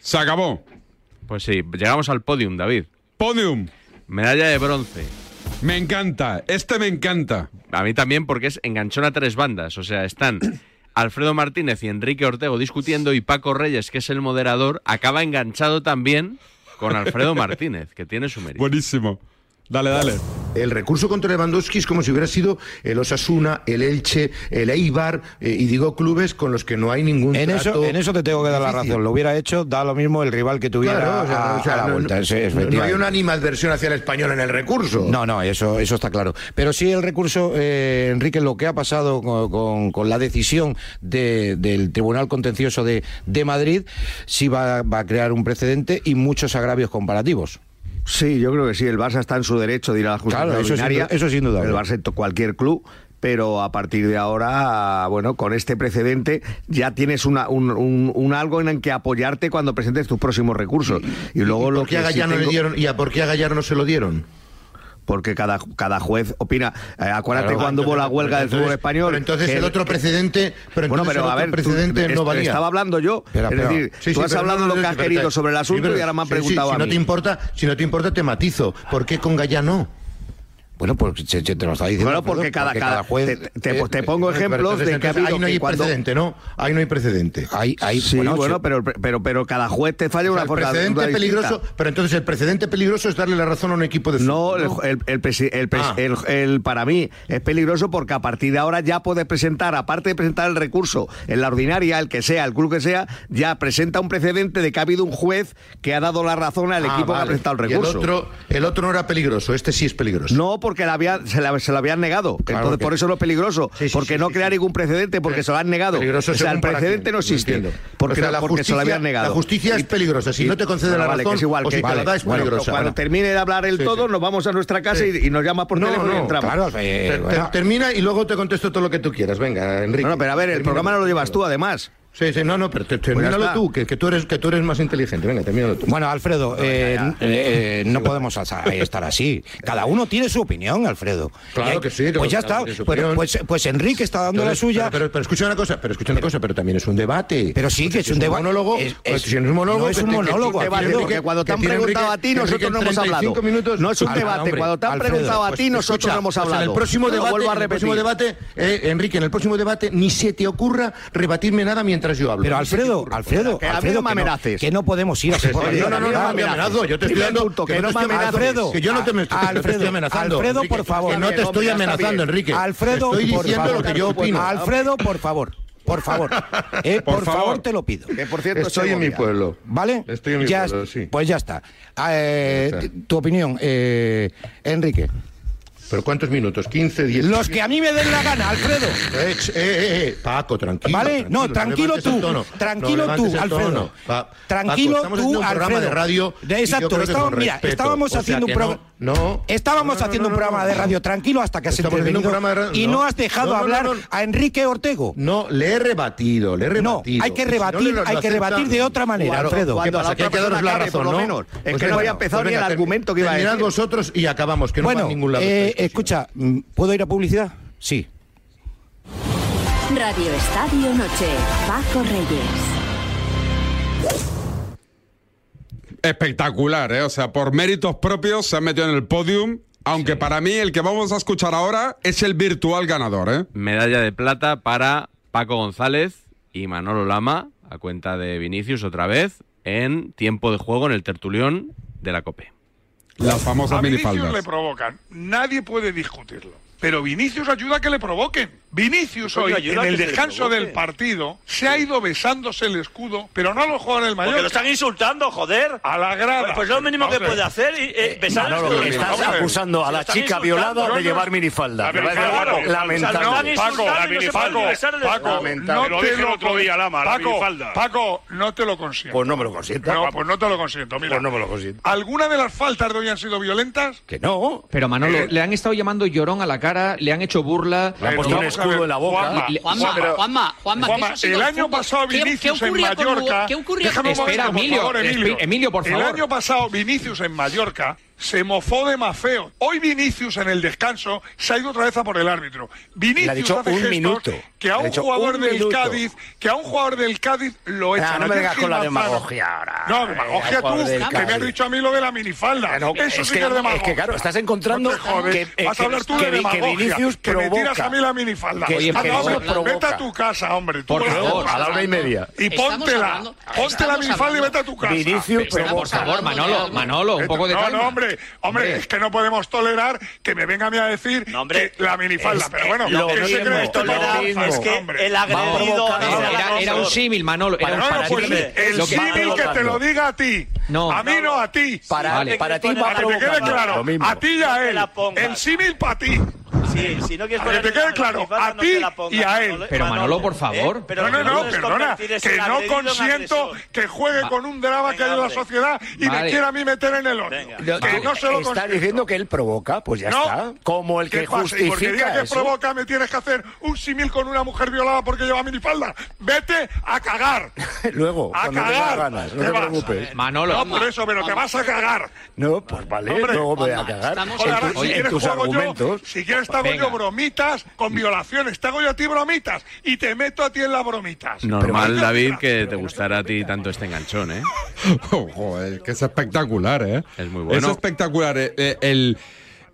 S5: Se acabó.
S8: Pues sí, llegamos al podium, David.
S5: Podium.
S8: Medalla de bronce.
S5: Me encanta, este me encanta.
S8: A mí también porque es enganchón a tres bandas. O sea, están Alfredo Martínez y Enrique Ortego discutiendo y Paco Reyes, que es el moderador, acaba enganchado también con Alfredo Martínez, que tiene su mérito.
S5: Buenísimo. Dale, dale.
S13: El recurso contra Lewandowski es como si hubiera sido el Osasuna, el Elche, el Eibar, eh, y digo clubes con los que no hay ningún
S34: En eso,
S13: trato
S34: en eso te tengo que dar la
S13: difícil.
S34: razón. Lo hubiera hecho, da lo mismo el rival que tuviera
S13: Claro, o sea,
S34: a-
S13: o sea,
S34: a la
S13: no-
S34: vuelta.
S13: no-
S34: Ese-
S13: no hay
S34: efectivamente.
S13: una animadversión hacia el español en el recurso.
S34: No, no, eso, eso está claro. Pero sí el recurso, eh, Enrique, lo que ha pasado con, con- con la decisión de- del Tribunal Contencioso de, de Madrid, sí va, va a crear un precedente y muchos agravios comparativos. Sí, yo creo que sí. El Barça está en su derecho de ir a la justicia Claro, eso sin ordinaria. du- eso sin duda. El Barça, to- cualquier club. Pero a partir de ahora, bueno, con este precedente ya tienes una- un, un- un algo en el que apoyarte cuando presentes tus próximos recursos. Y luego lo
S13: ¿Por qué
S34: que
S13: a
S34: sí
S13: Gallar no le
S34: tengo-
S13: dieron, ¿Y a por qué a Gallar no se lo dieron?
S34: Porque cada, cada juez opina. Eh, acuérdate
S13: Claro,
S34: cuando hubo la
S13: entonces-
S34: huelga del
S13: entonces-
S34: fútbol español.
S13: pero entonces
S34: que-
S13: el otro
S34: que-
S13: precedente- pero
S34: bueno,
S13: entonces
S34: pero
S13: el
S34: a
S13: otro
S34: ver, tú-
S13: precedente no
S34: est-
S13: valía.
S34: Estaba hablando yo.
S13: Espera,
S34: es
S13: espera.
S34: decir,
S13: Sí, sí,
S34: tú has
S13: pero
S34: hablado
S13: no, no,
S34: lo que
S13: no,
S34: has
S13: pero
S34: querido
S13: te-
S34: sobre el
S13: sí,
S34: asunto
S13: pero-
S34: y ahora me han
S13: sí, sí,
S34: preguntado
S13: si
S34: a
S13: no
S34: mí.
S13: te importa, si no te importa te matizo. ¿Por qué con Gallar no?
S34: Bueno, pues se, se te lo está diciendo.
S13: Claro,
S34: Alfredo,
S13: porque cada- cada-
S34: juez.
S13: te- te- te pongo ejemplos de que ha habido que cuando- ¿no? Ahí no hay precedente.
S34: Hay, hay,
S13: Sí,
S34: bueno,
S13: bueno,
S34: sí. pero, pero, pero cada juez te falla
S13: O sea,
S34: una
S13: el
S34: forma-
S13: precedente
S34: una distinta.
S13: peligroso, pero entonces el precedente peligroso es darle la razón a un equipo de
S34: No,
S13: fútbol,
S34: el, el- el presi- el pres-
S13: Ah.
S34: el- el- para mí es peligroso porque a partir de ahora ya puedes presentar, aparte de presentar el recurso en la ordinaria, el que sea, el club que sea, ya presenta un precedente de que ha habido un juez que ha dado la razón al
S13: Ah,
S34: equipo que ha
S13: vale.
S34: presentado el
S13: Y el
S34: recurso.
S13: otro- el otro no era peligroso, este sí es peligroso.
S34: No, porque la había- se, la, se la habían negado. Entonces,
S13: que-
S34: por eso no es peligroso. porque no crea ningún precedente, porque se lo han negado. O sea,
S13: Peligroso
S34: el
S13: según para
S34: precedente
S13: quién,
S34: no existe.
S13: entiendo.
S34: porque
S13: O sea,
S34: no-
S13: la
S34: porque se lo habían
S13: justicia-
S34: negado.
S13: La justicia
S34: Y-
S13: es peligrosa. Si
S34: y-
S13: no te concede
S34: bueno,
S13: la
S34: vale,
S13: razón,
S34: que es igual,
S13: o
S34: que-
S13: si te
S34: vale.
S13: la da es
S34: Bueno,
S13: peligrosa.
S34: Cuando termine de hablar el
S13: Sí,
S34: todo,
S13: sí.
S34: nos vamos a nuestra casa
S13: Sí.
S34: y, y nos llama por
S13: No,
S34: teléfono y
S13: no,
S34: entramos.
S13: claro, eh, Ter- ter- bueno. termina y luego te contesto todo lo que tú quieras. Venga, Enrique.
S34: Bueno, pero a ver, el
S13: Termina.
S34: programa no lo llevas tú, además. Pues
S13: Sí, sí, no, no, pero te-
S34: ya
S13: termínalo
S34: está.
S13: tú, que, que tú eres, que tú eres más inteligente. Venga, termínalo tú.
S34: Bueno, Alfredo, eh, eh, eh, no podemos asa- estar así. Cada uno tiene su opinión, Alfredo.
S13: Claro
S34: Y hay-
S13: que sí,
S34: Pues ya
S13: claro,
S34: está.
S13: tiene su
S34: Pero,
S13: opinión.
S34: pues, pues Enrique está dando
S13: Entonces,
S34: la suya.
S13: Pero, pero, pero escucha una cosa, pero escucha una cosa, pero también es un debate.
S34: Pero sí
S13: Porque
S34: que es
S13: si
S34: un deba-
S13: monólogo,
S34: es-
S13: pues
S34: es-
S13: si no es un monólogo,
S34: no es un
S13: que- que-
S34: monólogo,
S13: que- que-
S34: Alfredo,
S13: Enrique-
S34: que cuando te han
S13: que tiene
S34: preguntado
S13: Enrique-
S34: a ti,
S13: que
S34: nosotros
S13: Enrique
S34: no
S13: en
S34: hemos hablado.
S13: 35 minutos-
S34: No es un
S13: Ah,
S34: debate,
S13: hombre,
S34: cuando te han
S13: Alfredo,
S34: preguntado a
S13: pues
S34: ti, nosotros
S13: escucha,
S34: no hemos
S13: pues En
S34: hablado.
S13: el próximo
S34: Lo
S13: debate,
S34: vuelvo a
S13: en el próximo
S34: repetir.
S13: debate, eh, Enrique, en el próximo debate ni se te ocurra rebatirme nada mientras yo hablo.
S34: Pero
S13: Ni se te
S34: Alfredo,
S13: ocurra.
S34: Alfredo,
S13: Que a mí
S34: Alfredo,
S13: no me
S34: que no-
S13: amenaces.
S34: que no podemos ir así por la
S13: Oye, no, no, no, no,
S34: vida.
S13: me amenazo, yo te estoy
S34: Primer
S13: dando-
S34: punto,
S13: que
S34: que
S13: no
S34: no me
S13: estoy amenazando,
S34: amenaces.
S13: que yo no te me- que no te
S34: Alfredo,
S13: estoy amenazando,
S34: Alfredo,
S13: Enrique,
S34: por favor.
S13: que no te estoy
S34: Ya está
S13: amenazando,
S34: bien.
S13: Enrique.
S34: Alfredo,
S13: Estoy
S34: por
S13: diciendo
S34: favor.
S13: lo que yo opino.
S34: Alfredo, por favor. Por favor, Eh, por, favor, te lo pido. Que por
S13: cierto, Estoy en mi Segovia. pueblo.
S34: ¿Vale?
S13: Estoy en mi
S34: Ya-
S13: pueblo, sí.
S34: Pues ya está. Ah, eh,
S13: Ya está.
S34: Tu opinión, eh, Enrique.
S13: ¿Pero cuántos minutos? ¿15, 10?
S34: Los que a mí me den la gana, Alfredo.
S13: Eh, eh, eh, eh, Paco, tranquilo.
S34: Vale, no, tranquilo
S13: levantes el
S34: tú,
S13: tono.
S34: tranquilo
S13: No levantes
S34: tú,
S13: el
S34: Alfredo.
S13: tono. Pa-
S34: Tranquilo
S13: Paco, estamos
S34: tú,
S13: haciendo un programa
S34: Alfredo.
S13: de radio.
S34: De-
S13: y yo
S34: exacto,
S13: creo que
S34: estábamos-
S13: con
S34: mira,
S13: respeto.
S34: estábamos
S13: sea
S34: haciendo un
S13: que no-
S34: programa-
S13: No.
S34: Estábamos
S13: No, no,
S34: haciendo
S13: no,
S34: un
S13: no,
S34: programa
S13: no.
S34: de radio tranquilo hasta que has
S13: Estamos haciendo un
S34: intervenido
S13: programa de radio-
S34: y no,
S13: no.
S34: has dejado
S13: No, no,
S34: hablar
S13: no, no.
S34: a Enrique Ortego.
S13: No, le he rebatido, le he
S34: No,
S13: rebatido.
S34: hay que
S13: Y si no
S34: rebatir,
S13: le- lo
S34: hay que
S13: acepta-
S34: rebatir de otra manera,
S13: Claro,
S34: Alfredo.
S13: ¿Qué
S34: Cuando
S13: pasa?
S34: la
S13: Que hay que
S34: otra
S13: daros la
S34: persona
S13: razón,
S34: acabe, por lo
S13: ¿no?
S34: menos. Es
S13: Pues
S34: que no
S13: venga,
S34: había empezado
S13: pues
S34: ni
S13: venga,
S34: el
S13: ter-
S34: argumento que iba a
S13: terminad
S34: decir.
S13: vosotros y acabamos, que no
S34: bueno,
S13: va a ningún lado.
S34: eh, escucha, mm, ¿puedo ir a publicidad? Sí.
S26: Radio Estadio Noche. Paco Reyes.
S5: Espectacular, ¿eh? O sea, por méritos propios se han metido en el podium. Aunque para mí el que vamos a escuchar ahora es el virtual ganador, ¿eh?
S8: Medalla de plata para Paco González y Manolo Lama, a cuenta de Vinicius otra vez, en tiempo de juego en el tertulión de la COPE.
S5: Las famosas
S10: A Vinicius le
S5: minifaldas.
S10: provocan, nadie puede discutirlo. Pero Vinicius ayuda a que le provoquen. Vinicius
S20: Coño,
S10: hoy,
S20: ayuda
S10: en
S20: a
S10: el
S20: que se le
S10: descanso
S20: provoquen.
S10: del partido, se ha ido besándose el escudo, pero no a los jugadores del
S20: Porque
S10: mayor.
S20: lo están insultando, joder.
S10: A la grada.
S20: Pues, pues lo mínimo
S10: Vamos
S20: que
S10: a ver.
S20: puede hacer es eh, besar
S10: Manolo,
S20: el escudo.
S10: estás
S20: Vamos ver.
S10: acusando a
S20: Si
S10: la
S20: lo están
S10: chica
S20: insultando,
S10: violada de
S20: no, no.
S10: llevar minifalda.
S20: A ver,
S10: Me parece
S20: claro.
S10: algo
S20: O sea, lo están
S10: lamentable. Paco,
S20: insultando
S10: la
S20: y no se puede
S10: minifalda.
S20: besar el
S10: Paco,
S20: escudo.
S10: no
S20: Te lo
S10: te
S20: dije el otro día, Lama, la
S10: Paco,
S20: minifalda.
S10: Paco, no te lo consiento.
S20: Pues no me lo consiento.
S10: No, pues no te lo consiento. Mira,
S20: Pues no me lo consiento.
S10: ¿Alguna de las faltas de hoy han sido violentas? Que no.
S21: Pero Manolo,
S10: Eh.
S21: le han estado llamando llorón a la cara, le han hecho burla.
S10: Le han puesto un escudo en la boca.
S21: Juanma,
S10: Le-
S21: Juanma,
S10: pero-
S21: Juanma, Juanma, que
S10: Juanma,
S21: eso ha sido
S10: el
S21: el
S10: año
S21: fútbol.
S10: pasado
S21: ¿Qué-
S10: Vinicius
S21: qué
S10: en
S21: ocurría con Hugo-
S10: Mallorca.
S21: qué ocurría con-
S10: Déjame un
S21: Espera,
S10: momento,
S21: Emilio,
S10: por favor, Emilio.
S21: espe- Emilio, por favor.
S10: El año pasado Vinicius en Mallorca se mofó de Mafeo. Hoy Vinicius en el descanso se ha ido otra vez a por el árbitro. Vinicius
S20: Le ha dicho
S10: hace
S20: un
S10: gestos
S20: minuto.
S10: que a
S20: Le ha
S10: un
S20: dicho
S10: jugador
S20: un
S10: del
S20: minuto.
S10: Cádiz, que a un jugador del Cádiz lo
S20: Ah,
S10: echa.
S20: no me vengas con la
S10: demagogia ahora. No, demagogia
S20: Eh,
S10: tú,
S20: jugador del
S10: que me has
S20: Cádiz.
S10: dicho a mí lo de la minifalda.
S20: No,
S10: Eso
S20: es
S10: sí
S20: que-
S10: que es demagogia.
S20: es que, claro, estás encontrando
S10: No te jodes.
S20: que- eh,
S10: Vas a
S20: que-
S10: hablar tú
S20: que
S10: de
S20: vi- que
S10: demagogia.
S20: Vinicius
S10: que me tiras
S20: provoca.
S10: a mí la minifalda.
S20: Que-
S10: Ah,
S20: que
S10: no,
S20: Vinicius
S10: hombre,
S20: provoca.
S10: vete a tu casa, hombre. tú.
S20: Por
S10: Bueno,
S20: favor, a la hora y media.
S10: Y
S20: Estamos
S10: póntela.
S20: hablando-
S10: Póntela
S20: estamos
S10: minifalda y
S20: hablando-
S10: vete a tu casa.
S20: Vinicius Pero estamos provoca.
S21: Por favor, Manolo, Manolo, un poco de
S10: No,
S21: calma.
S10: no, hombre, hombre, hombre, es que no podemos tolerar que me venga a mí a decir que la minifalda.
S13: es
S10: pero
S13: que
S10: bueno,
S13: lo
S10: ¿qué se
S13: mismo,
S10: cree este
S13: lo
S10: programa?
S13: mismo. Es que
S10: Hombre.
S13: el agredido
S10: Va a provocar-
S13: es
S10: Era- era
S13: un
S9: símil, Manolo.
S13: era un
S10: no, no, pues
S13: símil.
S10: el
S13: Lo que-
S10: símil que te lo diga a ti.
S13: No.
S10: a mí no, a ti.
S13: Para- Vale. para ti va
S10: Para que te quede
S13: provocando.
S10: claro.
S13: Lo mismo.
S10: A ti y
S13: No
S10: a
S13: te
S10: él.
S13: la pongas.
S10: El símil para ti.
S13: Sí, si no quieres
S10: Para que te quede claro, a ti y a él.
S9: Pero Manolo,
S13: ¿eh?
S9: por favor.
S10: no, no, no, perdona,
S13: convertir ese
S10: que no
S13: agredido en
S10: consiento
S13: agresor.
S10: que juegue
S13: Va-
S10: con un drama que hay en la
S13: hombre.
S10: sociedad y me
S13: Vale.
S10: quiera a mí meter en el hoyo.
S13: Lo-
S10: Que no se
S13: tú
S10: lo
S13: estás
S10: consiento.
S13: Ah, diciendo que él provoca, pues ya
S10: No.
S13: está. Como el
S10: ¿Qué
S13: que
S10: pasa? Y porque diga
S13: justifica
S10: que
S13: eso.
S10: provoca, me tienes que hacer un símil con una mujer violada porque lleva minifalda. ¡Vete a cagar!
S13: Luego,
S10: ¡A
S13: cuando
S10: cagar!
S13: tengas ganas, no
S10: ¿Qué
S13: te
S10: vas?
S13: preocupes.
S10: No, por eso, pero te vas a cagar.
S13: No, pues vale,
S10: Hombre,
S13: luego me voy a cagar.
S10: Joder, ahora, si
S13: Oye, en
S10: quieres
S13: tus
S10: juego yo,
S13: argumentos.
S10: si quieres te hago
S13: Venga.
S10: yo bromitas con violaciones, te hago yo a ti bromitas y te meto a ti en las bromitas.
S8: Normal, David, que te gustara a ti tanto este enganchón, ¿eh?
S5: Oh, Joder, que es espectacular, ¿eh?
S8: Es muy bueno.
S5: Es espectacular. eh, eh, el,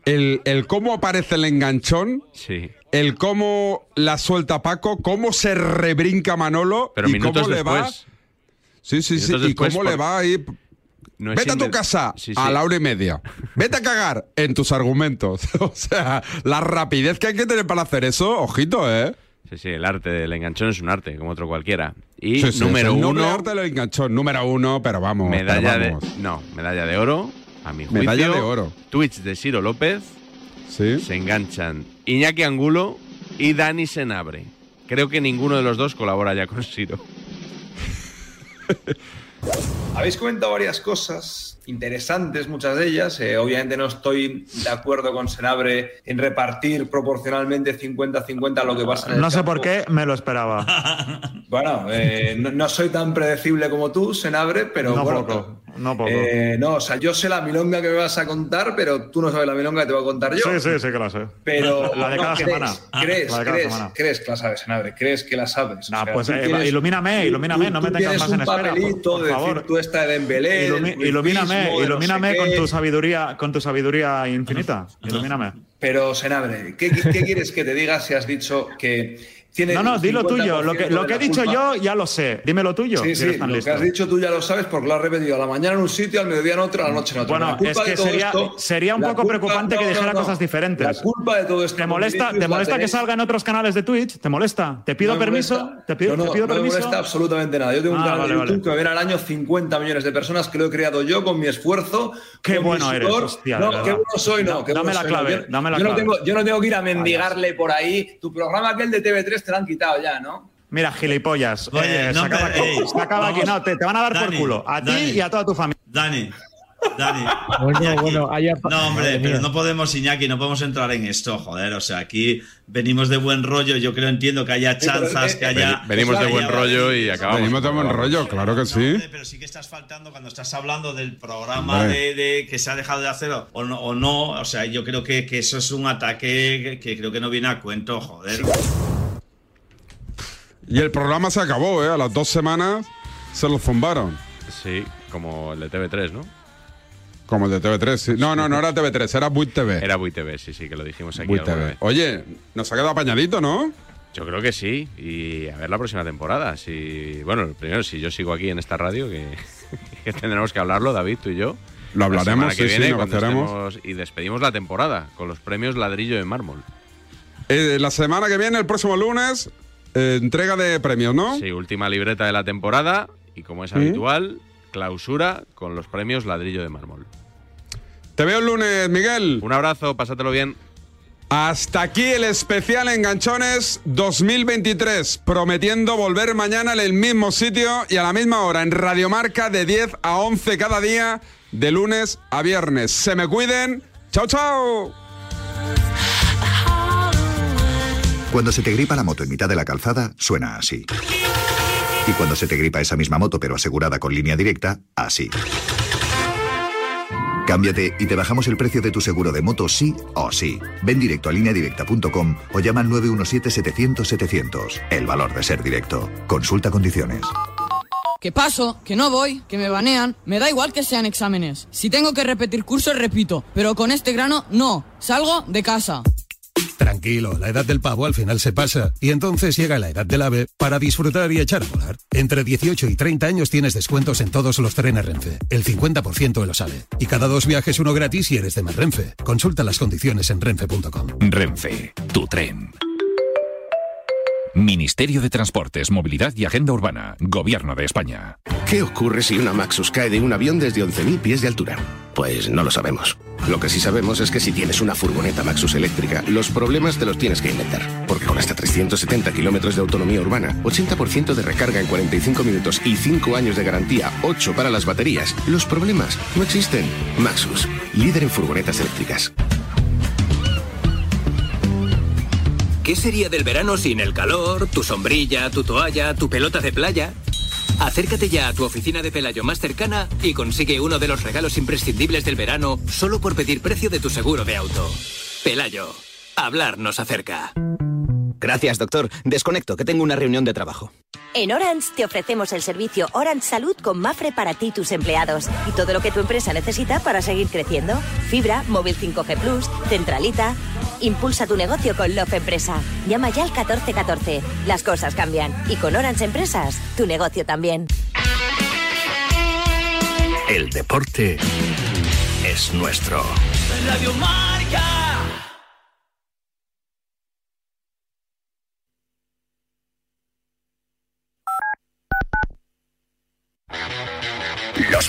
S5: el- el cómo aparece el enganchón.
S8: Sí.
S5: El cómo la suelta Paco, cómo se rebrinca Manolo
S8: Pero
S5: y
S8: minutos
S5: cómo le va.
S8: después.
S5: Sí, sí, sí.
S8: Minutos
S5: Y
S8: después,
S5: cómo le
S8: por-
S5: va ahí.
S8: No es
S5: Vete a tu
S8: inver-
S5: casa
S8: Sí,
S5: a
S8: sí.
S5: la hora y media. Vete a cagar en tus argumentos. o sea, la rapidez que hay que tener para hacer eso, ojito, ¿eh?
S8: Sí, sí, el arte del enganchón es un arte, como otro cualquiera. Y
S5: Sí, sí, es
S8: número
S5: el noble
S8: uno,
S5: arte del enganchón, número uno, pero vamos. pero
S8: medalla de.
S5: vamos.
S8: No, medalla de oro, a mi juicio.
S5: Medalla de oro.
S8: Twitch de Ciro López. Se enganchan Iñaki Angulo y Dani Senabre. Creo que ninguno de los dos colabora ya con Ciro.
S12: Habéis comentado varias cosas interesantes, muchas de ellas. Eh, obviamente no estoy de acuerdo con Senabre en repartir proporcionalmente 50-50 lo que pasa en el
S16: No sé
S12: campo.
S16: por qué, me lo esperaba.
S12: Bueno, eh, no, no soy tan predecible como tú, Senabre, pero
S16: no
S12: bueno,
S16: poco, no poco.
S12: eh, no, o sea, yo sé la milonga que me vas a contar, pero tú no sabes la milonga que te voy a contar yo.
S16: sí, sí, sí que la sé.
S12: Pero
S16: La de
S12: no,
S16: cada
S12: crees,
S16: semana.
S12: Crees,
S16: La de cada
S12: crees,
S16: semana.
S12: crees que la sabes, Senabre, crees que la sabes.
S16: Ah,
S12: O sea,
S16: pues
S12: tú
S16: eh,
S12: tienes-
S16: ilumíname,
S12: tú-
S16: ilúminame,
S12: tú-
S16: no me
S12: tú
S16: tengas
S12: tienes
S16: más
S12: un
S16: en espera. Por,
S12: papelito
S16: por
S12: de decir,
S16: favor.
S12: tú esta de Dembélé, del
S16: Ilumi-
S12: Cruyffismo, de
S16: ilumíname,
S12: no sé
S16: ilumíname
S12: qué.
S16: con tu sabiduría, con tu sabiduría infinita. Ilumíname.
S12: Pero, Senabre, ¿qué, qué quieres que te diga si has dicho que tiene.
S16: No, no, di lo
S12: 50%
S16: tuyo. Lo que,
S12: de
S16: lo que
S12: la
S16: he dicho
S12: culpa?
S16: yo ya lo sé. Dime lo tuyo.
S12: Sí,
S16: si
S12: sí,
S16: eres
S12: lo
S16: tan
S12: que
S16: listo.
S12: has dicho tú ya lo sabes porque lo has repetido a la mañana en un sitio, al mediodía en otro, a la noche en otro.
S16: Bueno,
S12: La culpa
S16: es
S12: de
S16: que
S12: todo
S16: sería,
S12: esto-
S16: sería un
S12: la
S16: poco
S12: culpa-
S16: preocupante que
S12: no, no,
S16: dijera
S12: no.
S16: cosas diferentes.
S12: La culpa de todo esto.
S16: ¿Te molesta,
S12: Vinicius,
S16: te
S12: la
S16: molesta que
S12: tenéis-
S16: salga en otros canales de Twitch? ¿Te molesta? ¿Te pido
S12: No me
S16: permiso?
S12: molesta.
S16: ¿Te pido,
S12: no,
S16: te
S12: no,
S16: pido
S12: no me
S16: permiso?
S12: molesta absolutamente nada. Yo tengo un
S16: Ah,
S12: canal
S16: vale,
S12: de YouTube
S16: vale.
S12: que me ven al año 50 millones de personas que lo he creado yo con mi esfuerzo.
S16: Qué
S12: con mi
S16: bueno eres,
S12: sudor.
S16: hostia, de
S12: no,
S16: verdad.
S12: qué bueno soy, no.
S16: Da-
S12: qué
S16: dame
S12: bueno
S16: la
S12: soy, no.
S16: clave,
S12: Yo-
S16: dame la
S12: yo
S16: clave.
S12: No tengo, yo no tengo que ir a mendigarle por ahí. Tu programa aquel de TV3 te lo han quitado ya, ¿no?
S16: Mira, gilipollas.
S12: Oye,
S16: eh,
S12: no
S16: se acaba
S12: me-
S16: aquí.
S12: ey,
S16: se acaba aquí.
S12: vamos.
S16: No, te, te van a dar por
S35: Dani,
S16: culo. A ti
S35: Dani.
S16: y a toda tu familia.
S35: Dani, Dani.
S16: Bueno, bueno,
S35: No, hombre,
S16: Madre
S35: pero
S16: mía.
S35: no podemos, Iñaki, no podemos entrar en esto, joder. O sea, aquí venimos de buen rollo. Yo creo, entiendo que haya chanzas, que haya.
S8: Venimos de buen rollo y acabamos.
S5: Venimos de buen rollo, claro que sí.
S35: Cuando estás hablando del programa
S5: Hombre.
S35: de, de que se ha dejado de hacer o o no, o no, o sea, yo creo que, que eso es un ataque que, que creo que no viene a cuento, joder.
S5: Y el programa se acabó, ¿eh? A las dos semanas se lo zumbaron.
S8: Sí, como el de TV3, ¿no?
S5: Como el de TV3. sí. No, no, no era TV3, era Buit TV.
S8: Era Buit TV, sí, sí, que lo dijimos aquí.
S5: Buit
S8: alguna
S5: TV.
S8: vez.
S5: Oye, nos ha quedado apañadito, ¿no?
S8: Yo creo que sí. Y a ver la próxima temporada. Si, bueno, primero, si yo sigo aquí en esta radio, que, que tendremos que hablarlo, David, tú y yo.
S5: Lo hablaremos,
S8: La semana que
S5: sí, sí,
S8: viene, cuando
S5: negociaremos.
S8: estemos- y despedimos la temporada con los premios Ladrillo de Mármol.
S5: Eh, la semana que viene, el próximo lunes, eh, entrega de premios, ¿no?
S8: Sí, última libreta de la temporada. Y como es
S5: ¿Mm?
S8: habitual, clausura con los premios Ladrillo de Mármol.
S5: Te veo el lunes, Miguel.
S8: Un abrazo, pásatelo bien.
S5: Hasta aquí el especial Enganchones 2023, prometiendo volver mañana en el mismo sitio y a la misma hora en Radiomarca de 10 a 11 cada día, de lunes a viernes. Se me cuiden. Chao, chao.
S25: Cuando se te gripa la moto en mitad de la calzada, suena así. Y cuando se te gripa esa misma moto pero asegurada con línea directa, así. Cámbiate y te bajamos el precio de tu seguro de moto sí o sí. Ven directo a lineadirecta.com o llama al 917-700-700. El valor de ser directo. Consulta condiciones.
S36: Que paso, que no voy, que me banean, me da igual que sean exámenes. Si tengo que repetir cursos, repito, pero con este grano no, salgo de casa.
S37: tranquilo, la edad del pavo al final se pasa. Y entonces llega la edad del ave para disfrutar y echar a volar. Entre 18 y 30 años tienes descuentos en todos los trenes Renfe. El 50% de los sale. Y cada dos viajes uno gratis si eres de más Renfe. Consulta las condiciones en renfe.com.
S31: Renfe, tu tren. Ministerio de Transportes, Movilidad y Agenda Urbana, Gobierno de España.
S13: ¿Qué ocurre si una Maxus cae de un avión desde 11.000 pies de altura? Pues no lo sabemos. Lo que sí sabemos es que si tienes una furgoneta Maxus eléctrica, los problemas te los tienes que inventar. Porque con hasta 370 kilómetros de autonomía urbana, 80% de recarga en 45 minutos y 5 años de garantía, 8 para las baterías, los problemas no existen. Maxus, líder en furgonetas eléctricas.
S11: ¿Qué sería del verano sin el calor, tu sombrilla, tu toalla, tu pelota de playa? Acércate ya a tu oficina de Pelayo más cercana y consigue uno de los regalos imprescindibles del verano solo por pedir precio de tu seguro de auto. Pelayo, hablarnos acerca.
S38: Gracias, doctor. Desconecto, que tengo una reunión de trabajo.
S39: En Orange te ofrecemos el servicio Orange Salud con Mafre para ti y tus empleados y todo lo que tu empresa necesita para seguir creciendo. Fibra, móvil 5G Plus, centralita. Impulsa tu negocio con Love Empresa. Llama ya al 1414. Las cosas cambian y con Orange Empresas, tu negocio también.
S9: El deporte es nuestro.
S7: Radio Marca.
S9: Los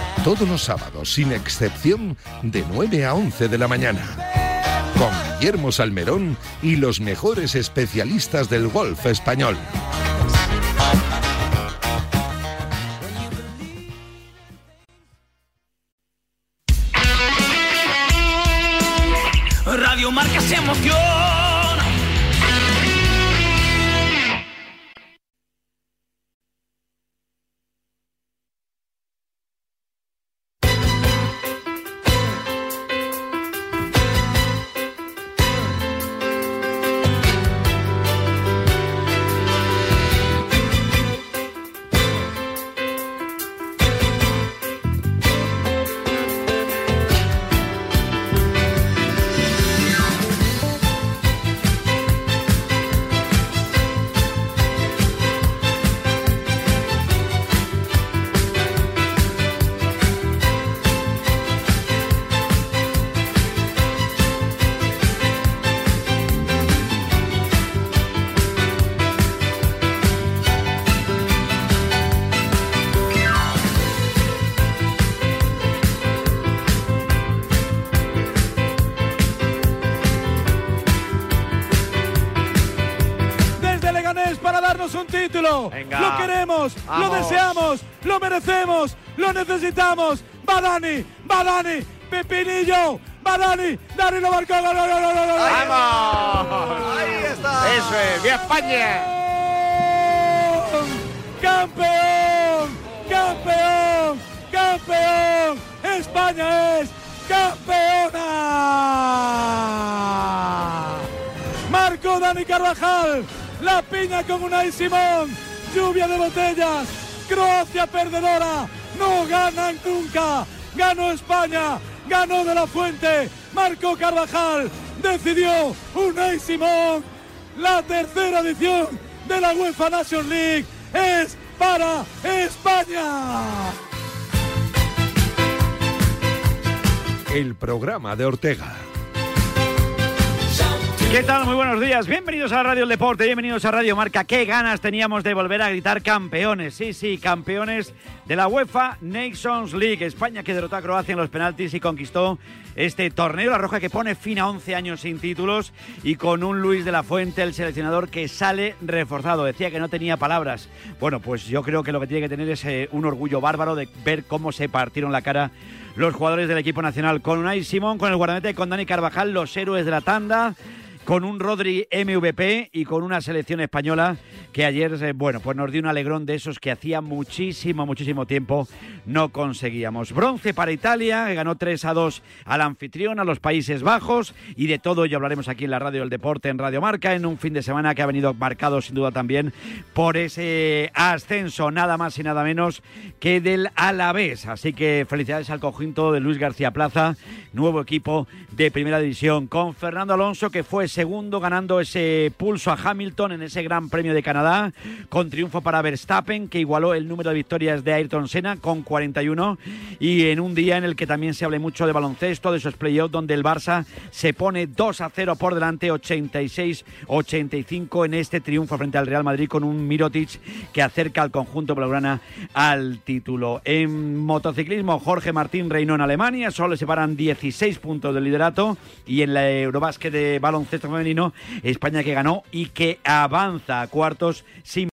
S40: Todos los sábados, sin excepción, de 9 a 11 de la mañana con Guillermo Salmerón y los mejores especialistas del golf español.
S7: Radio Marca se emociona.
S21: desde Leganés para darnos un título. Lo queremos,
S31: Vamos.
S21: lo deseamos, lo merecemos, lo necesitamos. Va Dani, va Dani, Pepinillo, va Dani, Dani lo marcó. gol, gol, gol, gol, gol, gol.
S41: Ahí está. Eso es, ¡Viva España!
S21: ¡Campeón! ¡Campeón! ¡Campeón! ¡España es campeona! Marcó Dani Carvajal, La piña con Unai Simón. Lluvia de botellas. Croacia perdedora. No ganan nunca. Ganó España. Ganó de la Fuente. Marco Carvajal. Decidió Unai Simón. La tercera edición de la UEFA Nation League es para España.
S40: El programa de Ortega.
S30: ¿Qué tal? Muy buenos días. Bienvenidos a Radio El Deporte, bienvenidos a Radio Marca. Qué ganas teníamos de volver a gritar campeones. Sí, sí, campeones de la UEFA Nations League. España que derrotó a Croacia en los penaltis y conquistó este torneo. La Roja que pone fin a 11 años sin títulos y con un Luis de la Fuente, el seleccionador, que sale reforzado. Decía que no tenía palabras. Bueno, pues yo creo que lo que tiene que tener es eh, un orgullo bárbaro de ver cómo se partieron la cara los jugadores del equipo nacional. Con Unai Simón, con el guardamete, con Dani Carvajal, los héroes de la tanda con un Rodri MVP y con una selección española que ayer, eh, bueno, pues nos dio un alegrón de esos que hacía muchísimo, muchísimo tiempo no conseguíamos. Bronce para Italia, que ganó 3 a 2 al anfitrión, a los Países Bajos, y de todo ello hablaremos aquí en la Radio El Deporte, en Radio Marca, en un fin de semana que ha venido marcado sin duda también por ese ascenso, nada más y nada menos que del Alavés. Así que felicidades al conjunto de Luis García Plaza, nuevo equipo de Primera División, con Fernando Alonso, que fue segundo, ganando ese pulso a Hamilton en ese Gran Premio de Canadá, con triunfo para Verstappen, que igualó el número de victorias de Ayrton Senna con 41, y en un día en el que también se hable mucho de baloncesto, de esos playoffs, donde el Barça se pone 2 a 0 por delante, 86-85 en este triunfo frente al Real Madrid, con un Mirotic que acerca al conjunto blaugrana al título. En motociclismo, Jorge Martín reinó en Alemania, solo le separan 16 puntos del liderato, y en la Eurobásquet de baloncesto femenino, España que ganó y que avanza a cuartos sin